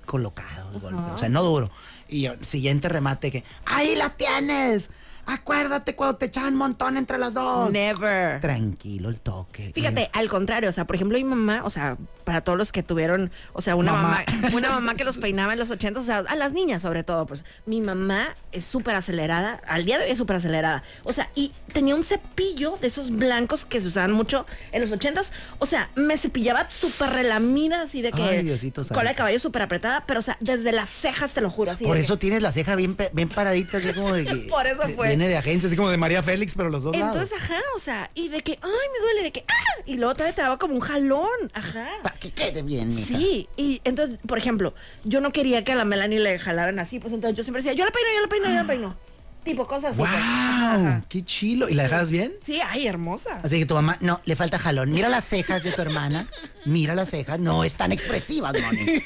Speaker 2: colocado, el golpe, o sea, no duro. Y yo, siguiente remate que, ahí la tienes, acuérdate cuando te echaban montón entre las dos.
Speaker 1: Never.
Speaker 2: Tranquilo el toque.
Speaker 1: Fíjate, al contrario, o sea, por ejemplo, mi mamá, o sea, para todos los que tuvieron, o sea, una
Speaker 2: Mamá.
Speaker 1: mamá, una mamá que los peinaba en los 80, o sea, a las niñas sobre todo, pues mi mamá es súper acelerada, al día de hoy es súper acelerada, o sea, y tenía un cepillo de esos blancos que se usaban mucho en los 80, o sea, me cepillaba súper relamida, así de que
Speaker 2: Ay, Diosito santo.
Speaker 1: cola de caballo súper apretada, pero o sea, desde las cejas, te lo juro, así
Speaker 2: Por
Speaker 1: de
Speaker 2: eso
Speaker 1: que-
Speaker 2: tienes la ceja bien, pe- bien paradita, así como de que-
Speaker 1: Por eso
Speaker 2: de-
Speaker 1: fue.
Speaker 2: De, N de agencia, así como de María Félix, pero los dos lados.
Speaker 1: Entonces, ajá, o sea, y de que, ay, me duele, de que, ah, y luego todavía te daba como un jalón, ajá.
Speaker 2: Para que quede bien, mija.
Speaker 1: Sí, y entonces, por ejemplo, yo no quería que a la Melanie le jalaran así, pues entonces yo siempre decía, yo la peino, yo la peino, yo la peino.
Speaker 2: Ah.
Speaker 1: Tipo cosas así.
Speaker 2: ¡Wow!
Speaker 1: pues. Ajá, ajá.
Speaker 2: ¡Qué chilo! ¿Y la dejabas bien?
Speaker 1: Sí, ay, hermosa.
Speaker 2: Así que tu mamá, no, le falta jalón. Mira las cejas de tu hermana. Mira las cejas. No es tan expresiva, Moni.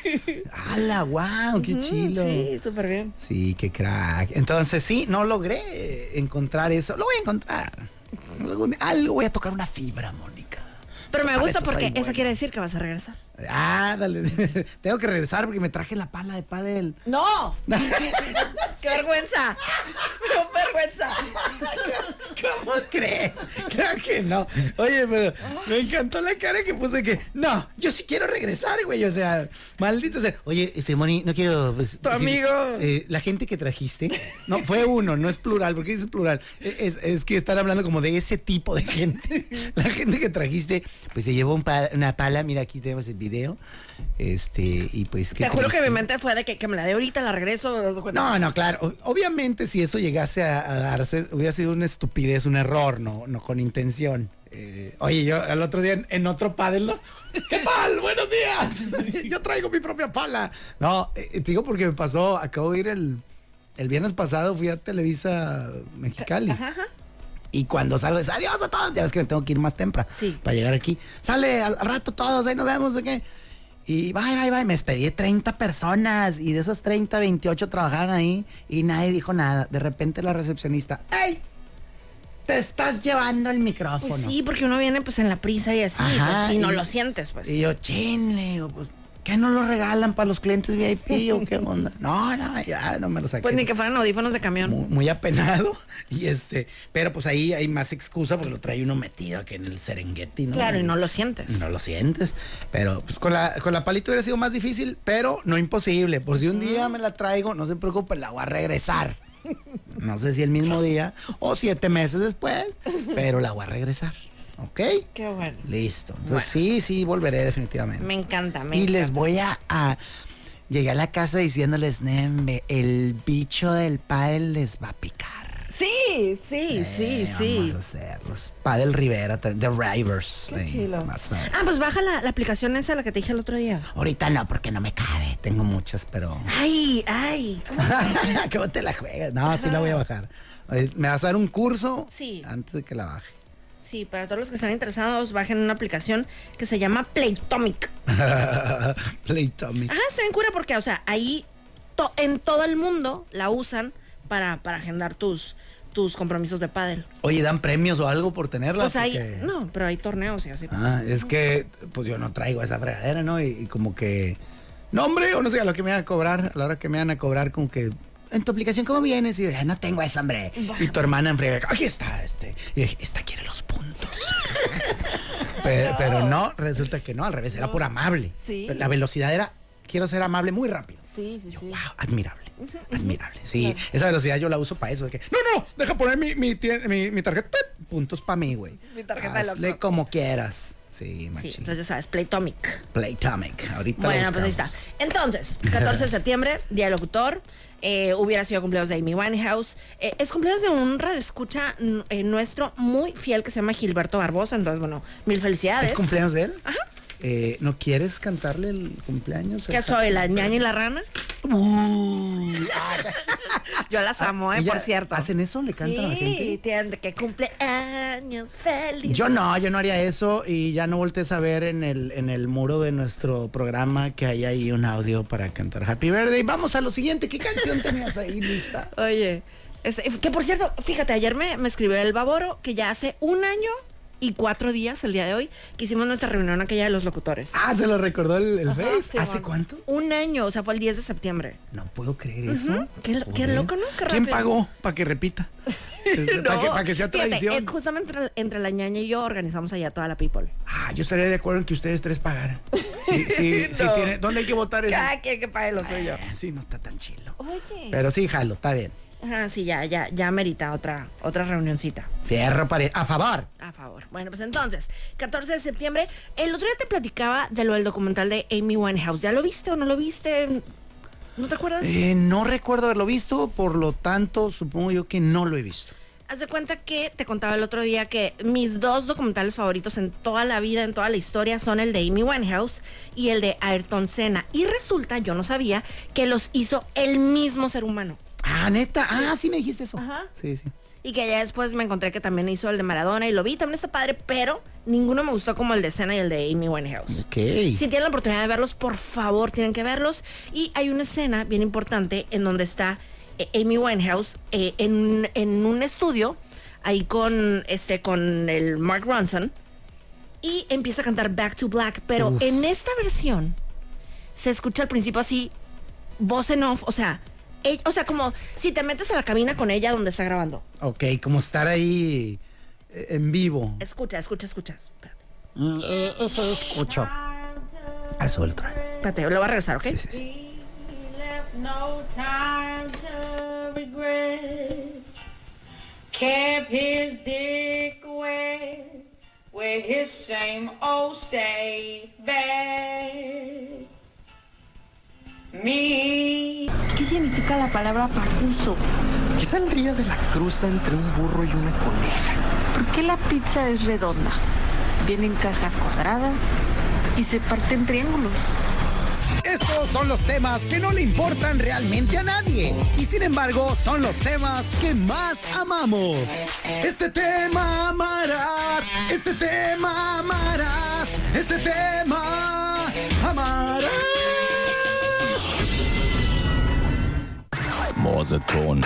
Speaker 2: ¡Hala, wow! ¡Qué chilo!
Speaker 1: Mm, Sí, súper bien.
Speaker 2: Sí, qué crack. Entonces, sí, no logré encontrar eso. Lo voy a encontrar. Algún- algo voy a tocar una fibra, Mónica.
Speaker 1: Pero me
Speaker 2: Para
Speaker 1: gusta
Speaker 2: eso
Speaker 1: porque
Speaker 2: soy
Speaker 1: eso
Speaker 2: bueno.
Speaker 1: quiere decir que vas a regresar.
Speaker 2: Ah, dale. Tengo que regresar porque me traje la pala de pádel.
Speaker 1: ¡No! ¡Qué vergüenza! ¡Qué vergüenza!
Speaker 2: ¿Cómo crees? Creo que no. Oye, pero me encantó la cara que puse que, no, yo sí quiero regresar, güey. O sea, maldito sea. Oye, este, Moni, no quiero. pues,
Speaker 1: Tu amigo.
Speaker 2: eh, la gente que trajiste. No, fue uno, no es plural. ¿Por qué dices plural? e, Es, es que están hablando como de ese tipo de gente. La gente que trajiste, pues se llevó un pa- una pala. Mira, aquí tenemos el video. Este, y pues. qué
Speaker 1: Te juro que
Speaker 2: triste.
Speaker 1: mi mente fue de que, que me la dé ahorita, la regreso. me doy cuenta.
Speaker 2: No, no, claro. O- Obviamente, si eso llegase a, a darse, hubiera sido una estupidez, un error, no, no con intención. Eh, oye, yo al otro día en, en otro pádel, ¿no? ¿qué tal? Buenos días. yo traigo mi propia pala. No, eh, te digo porque me pasó. Acabo de ir el, el viernes pasado, fui a Televisa Mexicali.
Speaker 1: Ajá, ajá.
Speaker 2: Y cuando salgo, es adiós a todos. Ya ves que me tengo que ir más temprano
Speaker 1: Sí.
Speaker 2: para llegar aquí. Sale al, al rato todos, ahí nos vemos, ¿de qué? Y bye, bye, bye. Me despedí de 30 personas y de esas 30, 28 trabajaban ahí y nadie dijo nada. De repente la recepcionista, ¡Ey! Te estás llevando el micrófono.
Speaker 1: Pues sí, porque uno viene pues en la prisa y así,
Speaker 2: Ajá,
Speaker 1: pues, y, no lo sientes, pues.
Speaker 2: Y yo, chin, le digo, pues, ¿qué no lo regalan para los clientes VIP o qué onda? No, no, ya no me lo saqué.
Speaker 1: pues ni que fueran audífonos de camión.
Speaker 2: muy, muy apenado. Y este, pero pues ahí hay más excusa porque lo trae uno metido que en el Serengeti, ¿no?
Speaker 1: Claro, y no lo sientes.
Speaker 2: No lo sientes. Pero pues con la, con la palita hubiera sido más difícil, pero no imposible. Por si un día me la traigo, no se preocupe, la voy a regresar. No sé si el mismo día o siete meses después, pero la voy a regresar. ¿Ok?
Speaker 1: Qué bueno.
Speaker 2: Listo. Entonces sí, sí, volveré definitivamente.
Speaker 1: Me encanta, me
Speaker 2: Y les voy a, a- llegué a la casa diciéndoles, Nembe, el bicho del pádel les va a picar.
Speaker 1: Sí, sí, sí,
Speaker 2: Eh,
Speaker 1: sí.
Speaker 2: Vamos a hacerlos. Padel Rivera, también, The Rivers.
Speaker 1: Qué
Speaker 2: eh,
Speaker 1: chilo.
Speaker 2: vas a-
Speaker 1: Ah, pues baja la, la aplicación esa, la que te dije el otro día.
Speaker 2: Ahorita no, porque no me cabe. Tengo muchas, pero.
Speaker 1: Ay, ay. ¿cómo?
Speaker 2: ¿Cómo te la juegas? No, sí la voy a bajar. Oye, ¿Me vas a dar un curso?
Speaker 1: Sí.
Speaker 2: Antes de que la baje.
Speaker 1: Sí, para todos los que están interesados, bajen una aplicación que se llama Playtomic.
Speaker 2: Playtomic.
Speaker 1: Ajá, se ven cura porque, o sea, ahí to- en todo el mundo la usan para, para agendar tus, tus compromisos de pádel.
Speaker 2: Oye, ¿dan premios o algo por tenerla?
Speaker 1: Pues hay,
Speaker 2: Porque-
Speaker 1: no, pero hay torneos y así.
Speaker 2: Ah, es que pues yo no traigo esa fregadera, ¿no? Y, y como que. No, hombre, o no sé, a lo que me van a cobrar, a la hora que me van a cobrar, como que. En tu aplicación, ¿cómo vienes? Y yo, "Ay, no tengo esa, hombre. Y tu hermana en frega, aquí está, este. Y yo dije, esta quiere los puntos. Pe- pero, no, resulta que no, al revés, era por amable.
Speaker 1: Sí.
Speaker 2: Pero La velocidad era, quiero ser amable muy rápido.
Speaker 1: Sí, sí, sí.
Speaker 2: Wow, admirable. Admirable. Sí, esa velocidad yo la uso para eso. de que, no, no, deja poner mi, mi, tie- mi- mi tarjeta. ¡pip! Puntos para mí, güey.
Speaker 1: Mi tarjeta del
Speaker 2: Hazle
Speaker 1: Oxxo.
Speaker 2: como quieras. Sí,
Speaker 1: Sí,
Speaker 2: machín.
Speaker 1: entonces ya sabes, Playtomic.
Speaker 2: Playtomic. Ahorita
Speaker 1: Bueno,
Speaker 2: lo
Speaker 1: pues ahí está.
Speaker 2: buscamos.
Speaker 1: Entonces, 14 de septiembre, Día del Locutor. eh, hubiera sido cumpleaños de Amy Winehouse. eh, es cumpleaños de un radioescucha mm, eh, nuestro muy fiel que se llama Gilberto Barbosa. Entonces, bueno, mil felicidades.
Speaker 2: ¿Es cumpleaños de él? Ajá. ¿No quieres cantarle el cumpleaños?
Speaker 1: ¿Qué soy? ¿La ñaña y la rana?
Speaker 2: Uh,
Speaker 1: Yo las amo, ¿eh?
Speaker 2: Ah, ¿Y ya
Speaker 1: Por cierto.
Speaker 2: ¿Hacen eso? ¿Le cantan a la
Speaker 1: Sí,
Speaker 2: gente?
Speaker 1: tienen que cumpleaños feliz.
Speaker 2: Yo no, yo no haría eso y ya no voltees a ver en el, en el muro de nuestro programa que hay ahí un audio para cantar Happy Birthday. Vamos a lo siguiente. ¿Qué canción tenías ahí lista?
Speaker 1: Oye, es- eh, que por cierto, fíjate, ayer me, me escribió el Baboro que ya hace un año y cuatro días, el día de hoy, que hicimos nuestra reunión aquella de los locutores.
Speaker 2: Ah, se lo recordó el, el
Speaker 1: Ajá,
Speaker 2: Face.
Speaker 1: sí,
Speaker 2: ¿Hace
Speaker 1: bueno.
Speaker 2: cuánto?
Speaker 1: Un año, o sea, fue el 10 de septiembre. ¿Mm?
Speaker 2: No puedo creer eso.
Speaker 1: Qué- qué
Speaker 2: Joder.
Speaker 1: loco, ¿no? Qué
Speaker 2: ¿Quién
Speaker 1: rápido.
Speaker 2: pagó para que repita? para, que, pa' que sea
Speaker 1: fíjate,
Speaker 2: tradición.
Speaker 1: eh, justamente entre, entre la ñaña y yo organizamos allá toda la people.
Speaker 2: Ah, yo estaría de acuerdo en que ustedes tres pagaran. Sí, sí, sí
Speaker 1: No.
Speaker 2: tiene- ¿Dónde hay que votar eso?
Speaker 1: Cada quien que pague lo suyo.
Speaker 2: Eh, Sí, no está tan chilo.
Speaker 1: Oye.
Speaker 2: Pero sí, jalo, está bien.
Speaker 1: Ajá, Ah, sí, ya, ya, ya merita otra, otra reunioncita.
Speaker 2: Fierro pared. A favor.
Speaker 1: A favor. Bueno, pues entonces, 14 de septiembre. El otro día te platicaba de lo del documental de Amy Winehouse. ¿Ya lo viste o no lo viste? ¿No te acuerdas?
Speaker 2: Eh, no recuerdo haberlo visto, por lo tanto, supongo yo que no lo he visto.
Speaker 1: Haz de cuenta que te contaba el otro día que mis dos documentales favoritos en toda la vida, en toda la historia, son el de Amy Winehouse y el de Ayrton Senna. Y resulta, yo no sabía, que los hizo el mismo ser humano.
Speaker 2: Ah, neta. Ah, sí me dijiste eso.
Speaker 1: Ajá.
Speaker 2: Sí, sí.
Speaker 1: Y que ya después me encontré que también hizo el de Maradona y lo vi, también está padre, pero ninguno me gustó como el de Senna y el de Amy Winehouse.
Speaker 2: Ok.
Speaker 1: Si tienen la oportunidad de verlos, por favor, tienen que verlos. Y hay una escena bien importante en donde está eh, Amy Winehouse eh, en, en un estudio, ahí con, este, con el Mark Ronson, y empieza a cantar Back to Black. Pero
Speaker 2: Uf.
Speaker 1: en esta versión se escucha al principio así, voz en off, o sea, e- o sea, como si te metes a la cabina con ella donde está grabando.
Speaker 2: Ok, como estar ahí eh, en vivo.
Speaker 1: Escucha, escucha, escucha. Espérate,
Speaker 2: Mm, eh, eso escucho. A ver, sube el otro.
Speaker 1: espérate, lo voy a regresar, ¿ok?
Speaker 2: Sí, sí, sí.
Speaker 5: We left no time to regret. Kept his dick wet with his same old safe bag. Me
Speaker 6: ¿Qué significa la palabra pacuso?
Speaker 7: ¿Qué saldría de la cruza entre un burro y una coneja?
Speaker 6: ¿Por qué la pizza es redonda? Viene en cajas cuadradas y se parte en triángulos.
Speaker 2: Estos son los temas que no le importan realmente a nadie. Y sin embargo, son los temas que más amamos. Este tema amarás. Este tema amarás. Este tema amarás.
Speaker 8: Morseton.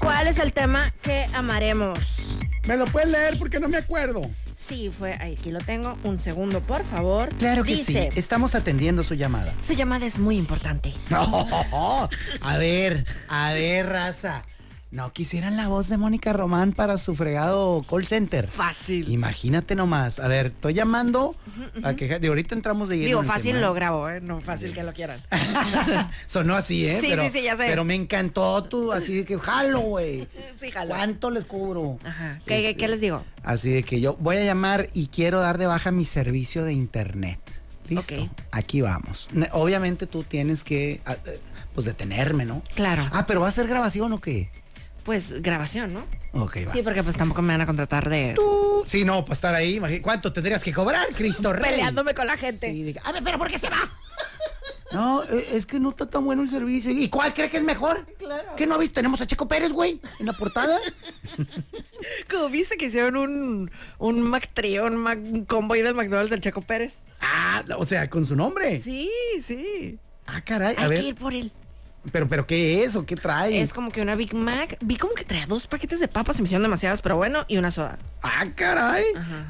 Speaker 1: ¿Cuál es el tema que amaremos?
Speaker 2: ¿Me lo puedes leer porque no me acuerdo?
Speaker 1: Sí, fue, aquí lo tengo, un segundo, por favor.
Speaker 2: Claro que
Speaker 1: Dice,
Speaker 2: sí. Estamos atendiendo su llamada.
Speaker 1: Su llamada es muy importante.
Speaker 2: a ver, a ver, raza. No quisieran la voz de Mónica Román para su fregado call center.
Speaker 1: Fácil.
Speaker 2: Imagínate nomás. A ver, estoy llamando a que de ahorita entramos de lleno.
Speaker 1: Digo,
Speaker 2: en el
Speaker 1: fácil
Speaker 2: tema.
Speaker 1: lo grabo, ¿eh? No fácil que lo quieran.
Speaker 2: Sonó así, ¿eh?
Speaker 1: Sí,
Speaker 2: pero,
Speaker 1: sí, sí, ya sé.
Speaker 2: Pero me encantó tú, así de que jalo, güey.
Speaker 1: Sí, jalo.
Speaker 2: ¿Cuánto les cubro?
Speaker 1: Ajá. ¿Qué, qué-
Speaker 2: Este.
Speaker 1: qué les digo?
Speaker 2: Así de que yo voy a llamar y quiero dar de baja mi servicio de internet. Listo.
Speaker 1: Ok.
Speaker 2: Aquí vamos. Ne- Obviamente tú tienes que ah, eh, pues detenerme, ¿no?
Speaker 1: Claro.
Speaker 2: Ah, pero va a ser grabación o qué?
Speaker 1: Pues grabación, ¿no?
Speaker 2: Ok, va.
Speaker 1: Sí, porque pues tampoco me van a contratar de...
Speaker 2: Sí, no, para estar ahí, imagi- ¿cuánto tendrías que cobrar, Cristo Rey?
Speaker 1: Peleándome con la gente.
Speaker 2: Sí, de- a ver, pero ¿por qué se va? No, eh, es que no está tan bueno el servicio. ¿Y cuál cree que es mejor? Claro. ¿Qué no viste? Tenemos a Checo Pérez, güey, en la portada.
Speaker 1: Como viste que hicieron un, un McTrio, un, Mac, un combo ahí del McDonald's del Checo Pérez.
Speaker 2: ah, o sea, con su nombre.
Speaker 1: Sí, sí.
Speaker 2: Ah, caray, a
Speaker 1: Hay
Speaker 2: ver.
Speaker 1: que ir por él.
Speaker 2: Pero, pero ¿qué es o qué trae?
Speaker 1: Es como que una Big Mac. Vi como que traía dos paquetes de papas, se me hicieron demasiadas, pero bueno, y una soda.
Speaker 2: Ah, caray.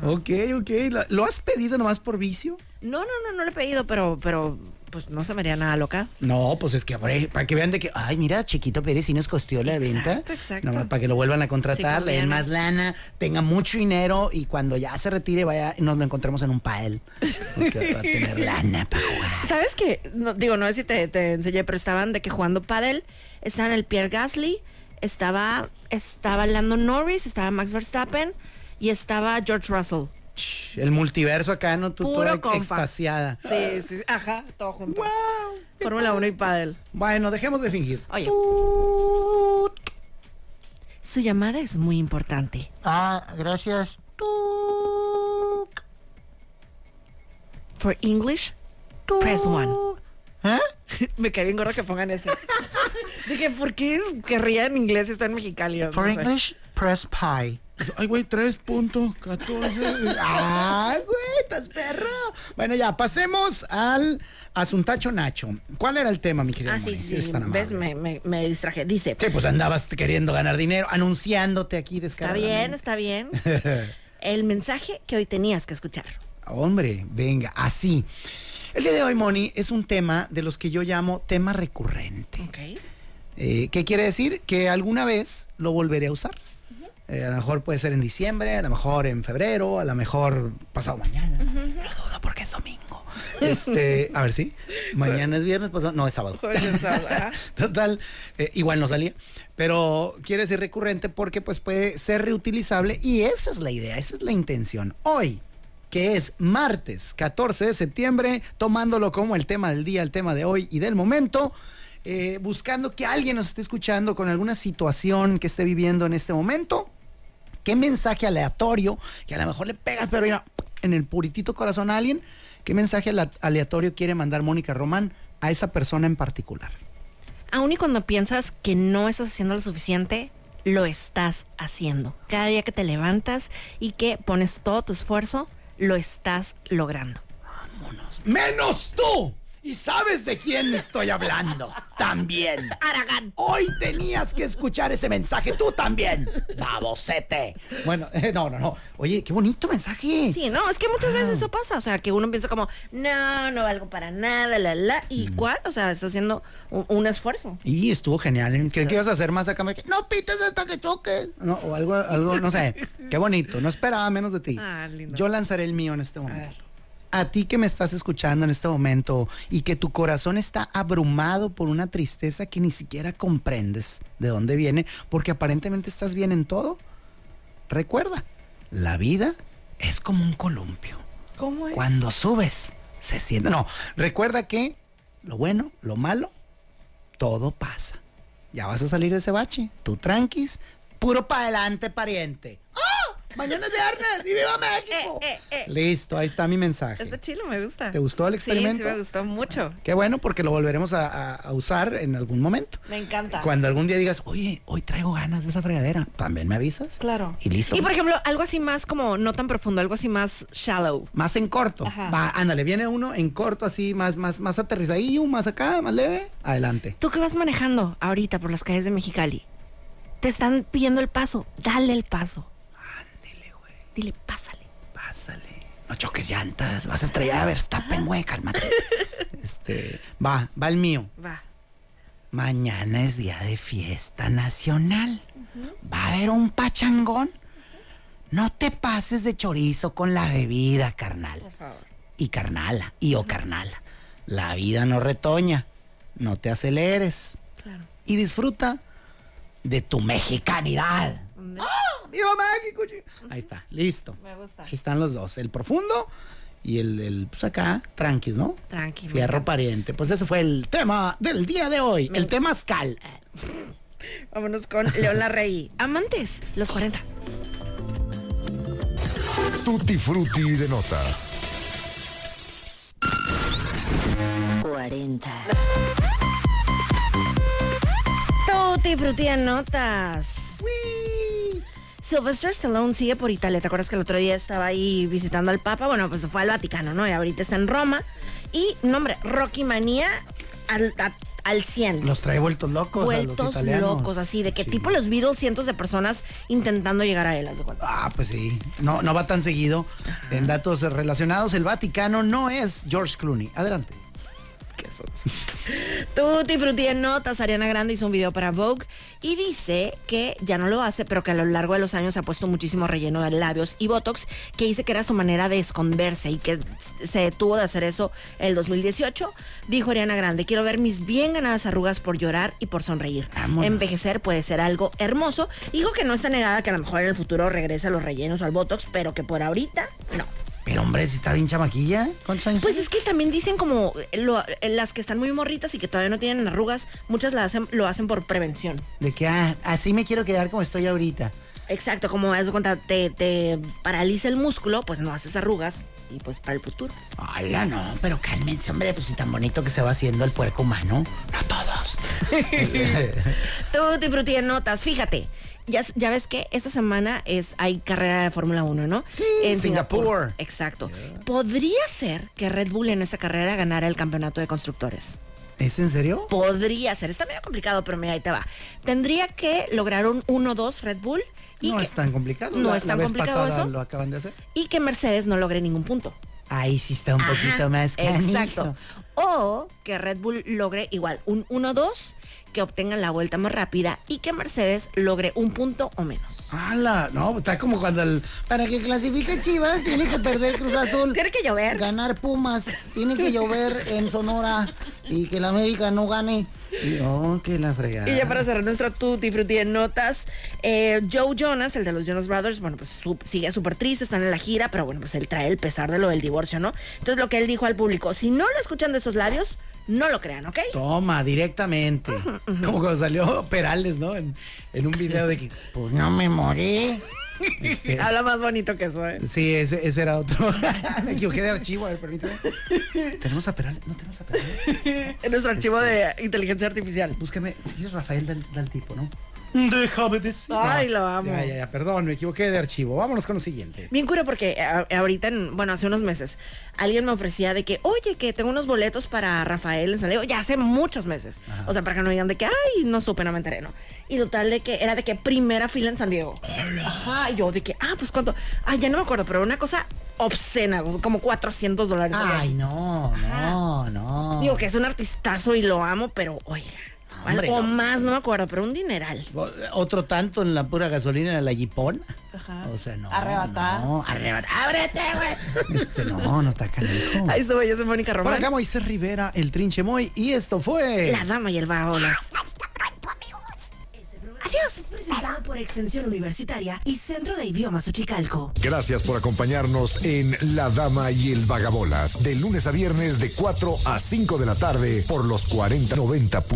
Speaker 2: Ok, ok. ¿Lo- ¿Lo has pedido nomás por vicio?
Speaker 1: No, no, no, no lo he pedido, pero, pero pues no se me haría nada loca.
Speaker 2: No, pues es que hombre, para que vean de que, ay, mira, chiquito Pérez sí nos costeó la
Speaker 1: Exacto,
Speaker 2: venta.
Speaker 1: exacto.
Speaker 2: Nomás para que lo vuelvan a contratar,
Speaker 1: Sí,
Speaker 2: le den
Speaker 1: conviene.
Speaker 2: más lana, tenga mucho dinero y cuando ya se retire, vaya, nos lo encontremos en un pael. Porque va a tener lana, pa' jugar.
Speaker 1: ¿Sabes qué? No, digo, no sé si te, te enseñé, pero estaban de que jugando pádel, estaban el Pierre Gasly, estaba, estaba Lando Norris, estaba Max Verstappen y estaba George Russell.
Speaker 2: Ch, El multiverso acá, ¿no? Tú
Speaker 1: Puro
Speaker 2: toda
Speaker 1: compa.
Speaker 2: extasiada.
Speaker 1: Sí, sí, sí, ajá, todo junto. Fórmula 1 y pádel.
Speaker 2: Bueno, dejemos de fingir.
Speaker 1: Oye. Su llamada es muy importante.
Speaker 2: Ah, gracias.
Speaker 1: For English, press one.
Speaker 2: ¿Eh?
Speaker 1: Me cae bien gordo que pongan ese. Dije, ¿por qué querría en inglés si está en Mexicali? O
Speaker 2: For
Speaker 1: no sé.
Speaker 2: English, press pie.
Speaker 3: Ay, güey, 3.14.
Speaker 2: ¡Ah, güey! ¡Estás perro! Bueno, ya, pasemos al asuntacho Nacho. ¿Cuál era el tema, mi querida?
Speaker 1: Ah, sí,
Speaker 2: Moni? Si
Speaker 1: sí.
Speaker 2: eres tan amable.
Speaker 1: ¿Ves? Me, me- me distraje. Dice,
Speaker 2: Sí, pues andabas queriendo ganar dinero, anunciándote aquí
Speaker 1: está
Speaker 2: descaradamente.
Speaker 1: bien, está bien. El mensaje que hoy tenías que escuchar.
Speaker 2: Hombre, venga, así. El día de hoy, Moni, es un tema de los que yo llamo tema recurrente.
Speaker 1: Ok.
Speaker 2: Eh, ¿Qué quiere decir? Que alguna vez lo volveré a usar. Eh, a lo mejor puede ser en diciembre, a lo mejor en febrero, a lo mejor pasado mañana. Lo dudo porque es domingo. Este, a ver si. Mañana es viernes, pasado- no, es sábado. Total, eh, igual no salía. Pero quiere decir recurrente porque pues puede ser reutilizable y esa es la idea, esa es la intención. Hoy que es martes 14 de septiembre, tomándolo como el tema del día, el tema de hoy y del momento. eh, buscando que alguien nos esté escuchando con alguna situación que esté viviendo en este momento. ¿Qué mensaje aleatorio que a lo mejor le pegas, pero mira, en el puritito corazón a alguien? ¿Qué mensaje ale- aleatorio quiere mandar Mónica Román a esa persona en particular?
Speaker 1: Aún y cuando piensas que no estás haciendo lo suficiente, lo estás haciendo. Cada día que te levantas y que pones todo tu esfuerzo, lo estás logrando.
Speaker 2: ¡Menos tú! Y sabes de quién estoy hablando. También. Aragán. Hoy tenías que escuchar ese mensaje tú también. Babocete. Bueno, eh, no, no, no. Oye, qué bonito mensaje.
Speaker 1: Sí, no, es que muchas veces eso pasa. O sea, que uno piensa como, no, no valgo para nada, la, la. ¿Y cuál? O sea, estás haciendo un, un esfuerzo.
Speaker 2: Y estuvo genial. ¿eh? ¿Qué, qué ibas a hacer más acá? Me dije, No pites hasta que choque. No, o algo, algo, no sé. Qué bonito. No esperaba menos de ti.
Speaker 1: Ah, lindo.
Speaker 2: Yo lanzaré el mío en este momento. A ti que me estás escuchando en este momento y que tu corazón está abrumado por una tristeza que ni siquiera comprendes de dónde viene, porque aparentemente estás bien en todo. Recuerda, la vida es como un columpio.
Speaker 1: ¿Cómo es?
Speaker 2: Cuando subes, se siente. No, recuerda que lo bueno, lo malo, todo pasa. Ya vas a salir de ese bache. Tú tranquis, puro para adelante, pariente. ¡Ah! Mañana es viernes y viva México.
Speaker 1: Eh, eh, eh.
Speaker 2: Listo, ahí está mi mensaje.
Speaker 1: Está chido, me gusta.
Speaker 2: ¿Te gustó el
Speaker 1: Sí,
Speaker 2: experimento?
Speaker 1: sí, me gustó mucho.
Speaker 2: Qué bueno, porque lo volveremos a, a- a usar en algún momento.
Speaker 1: Me encanta.
Speaker 2: Cuando algún día digas, oye, hoy traigo ganas de esa fregadera, también me avisas.
Speaker 6: Claro.
Speaker 2: Y listo.
Speaker 1: Y por ejemplo, algo así más como no tan profundo, algo así más shallow.
Speaker 2: más en corto.
Speaker 6: Ajá.
Speaker 2: Va, ándale, viene uno en corto así, más, más, más aterrizadillo, más acá, más leve. Adelante.
Speaker 1: Tú que vas manejando ahorita por las calles de Mexicali, te están pidiendo el paso, dale el paso.
Speaker 2: Ándale, güey.
Speaker 1: Dile, pásale.
Speaker 2: Pásale. No choques llantas, vas a estrellar a Verstappen, güey, cálmate. Este, va, va el mío.
Speaker 1: Va.
Speaker 2: Mañana es día de fiesta nacional. Va a haber un pachangón. No te pases de chorizo con la bebida, carnal. Y carnala, y o carnala. La vida no retoña. No te aceleres. Y disfruta de tu mexicanidad. ¡Ah! ¡Viva México! chi- Ahí está, listo.
Speaker 1: Me gusta.
Speaker 2: Ahí están los dos, el profundo y el, el, pues acá, tranquis, ¿no?
Speaker 1: Tranqui, me
Speaker 2: Fierro
Speaker 1: encanta.
Speaker 2: pariente. Pues ese fue el tema del día de hoy, el tema Scal.
Speaker 1: Vámonos con León Larrey. Amantes, los 40.
Speaker 4: Tutti frutti de notas.
Speaker 9: 40.
Speaker 1: Tutti frutti de notas. Sylvester Stallone sigue por Italia. ¿Te acuerdas que el otro día estaba ahí visitando al Papa? Bueno, pues se fue al Vaticano, ¿no? Y ahorita está en Roma. Y, no, hombre, Rocky Manía al, a- al 100.
Speaker 2: Los trae vueltos locos. a los
Speaker 1: Vueltos
Speaker 2: italianos.
Speaker 1: locos, así, de que
Speaker 2: Sí.
Speaker 1: tipo los Beatles, cientos de personas intentando llegar a él. haz de cuenta.
Speaker 2: Ah, pues sí. No, no va tan seguido. En datos relacionados, el Vaticano no es George Clooney. Adelante.
Speaker 1: Tutti frutti en notas. Ariana Grande hizo un video para Vogue y dice que ya no lo hace, pero que a lo largo de los años ha puesto muchísimo relleno de labios y botox, que dice que era su manera de esconderse y que s- se detuvo de hacer eso el 2018. Dijo Ariana Grande, quiero ver mis bien ganadas arrugas por llorar y por sonreír.
Speaker 2: Vámonos.
Speaker 1: Envejecer puede ser algo hermoso. Dijo que no está negada que a lo mejor en el futuro regrese a los rellenos o al botox, pero que por ahorita no.
Speaker 2: Pero hombre, si está bien chamaquilla. ¿Cuántos años?
Speaker 1: Pues es que también dicen como eh, lo- eh, las que están muy morritas y que todavía no tienen arrugas, muchas las hacen, lo hacen por prevención.
Speaker 2: De que ah, así me quiero quedar como estoy ahorita.
Speaker 1: Exacto, como das cuenta, te, te paraliza el músculo, pues no haces arrugas y pues para el futuro.
Speaker 2: Hola, no, pero cálmense, hombre, pues si tan bonito que se va haciendo el puerco humano. No todos.
Speaker 1: Tú te frutti de notas, fíjate. Ya, s- ya ves que esta semana es hay carrera de Fórmula 1, ¿no?
Speaker 2: Sí, Singapur.
Speaker 1: Exacto. Podría ser que Red Bull en esta carrera ganara el campeonato de constructores.
Speaker 2: ¿Es en serio?
Speaker 1: podría ser. Está medio complicado, pero mira, ahí te va. Tendría que lograr un 1-2 Red Bull y,
Speaker 2: No
Speaker 1: que,
Speaker 2: es tan complicado.
Speaker 1: No
Speaker 2: La-
Speaker 1: es
Speaker 2: la
Speaker 1: tan
Speaker 2: vez
Speaker 1: complicado
Speaker 2: pasada
Speaker 1: eso.
Speaker 2: lo acaban de hacer.
Speaker 1: y que Mercedes no logre ningún punto.
Speaker 2: Ahí sí está un
Speaker 1: Ajá,
Speaker 2: poquito más canijo.
Speaker 1: Exacto. O que Red Bull logre igual un 1-2 que obtengan la vuelta más rápida y que Mercedes logre un punto o menos.
Speaker 2: ¡Hala! No, está como cuando el.
Speaker 8: Para que clasifique Chivas, tiene que perder Cruz Azul.
Speaker 1: Tiene que llover.
Speaker 8: Ganar Pumas, tiene que llover en Sonora y que la América no gane.
Speaker 2: Y- Oh, que la fregada.
Speaker 1: Y ya para cerrar nuestro tutti frutti de notas, eh, Joe Jonas, el de los Jonas Brothers, bueno, pues su- sigue súper triste, están en la gira, pero bueno, pues él trae el pesar de lo del divorcio, ¿no? Entonces lo que él dijo al público, si no lo escuchan de sus labios, no lo crean, ¿ok?
Speaker 2: Toma, directamente. Como cuando salió Perales, ¿no? En, en un video de que.
Speaker 8: Pues no me morí.
Speaker 2: este,
Speaker 1: Habla más bonito que eso, ¿eh?
Speaker 2: sí, ese, ese era otro. Me equivoqué de archivo, a ver, permíteme. Tenemos a Perales. No tenemos a Perales.
Speaker 1: En nuestro archivo de inteligencia artificial.
Speaker 2: Búscame. Si quieres, Rafael, del tipo, ¿no?
Speaker 3: Déjame decir.
Speaker 1: Ay, lo amo.
Speaker 2: Ya, ya, ya, perdón, me equivoqué de archivo. Vámonos con lo siguiente.
Speaker 1: Bien cura porque eh, a- ahorita, en- bueno, hace unos meses, alguien me ofrecía de que, oye, que tengo unos boletos para Rafael en San Diego, ya hace muchos meses. O sea, para que no digan de que, ay, no supe, no me enteré, ¿no? Y total de que era de que primera fila en San Diego. Ajá, y yo de que, ah, pues cuánto. Ah, ya no me acuerdo, pero una cosa obscena, como 400 dólares. algo
Speaker 2: Ay,
Speaker 1: así.
Speaker 2: no, no, no.
Speaker 1: Digo que es un artistazo y lo amo, pero oiga.
Speaker 2: Hombre,
Speaker 1: o
Speaker 2: no.
Speaker 1: más, no me acuerdo, pero un dineral.
Speaker 2: Otro tanto en la pura gasolina de la jipón. O sea, no.
Speaker 1: Arrebatar.
Speaker 2: No, arrebatar. ¡Ábrete, güey! Este, no, no está canijo.
Speaker 1: Ahí estuve, yo soy Mónica
Speaker 2: Por
Speaker 1: Román.
Speaker 2: acá Moisés Rivera, el trinche Moy, y esto fue...
Speaker 1: La dama y el baolas.
Speaker 9: Adiós. Es presentado por Extensión Universitaria y Centro de Idiomas Uchicalco.
Speaker 4: Gracias por acompañarnos en La Dama y el Vagabolas, de lunes a viernes de 4 a 5 de la tarde por los 4090.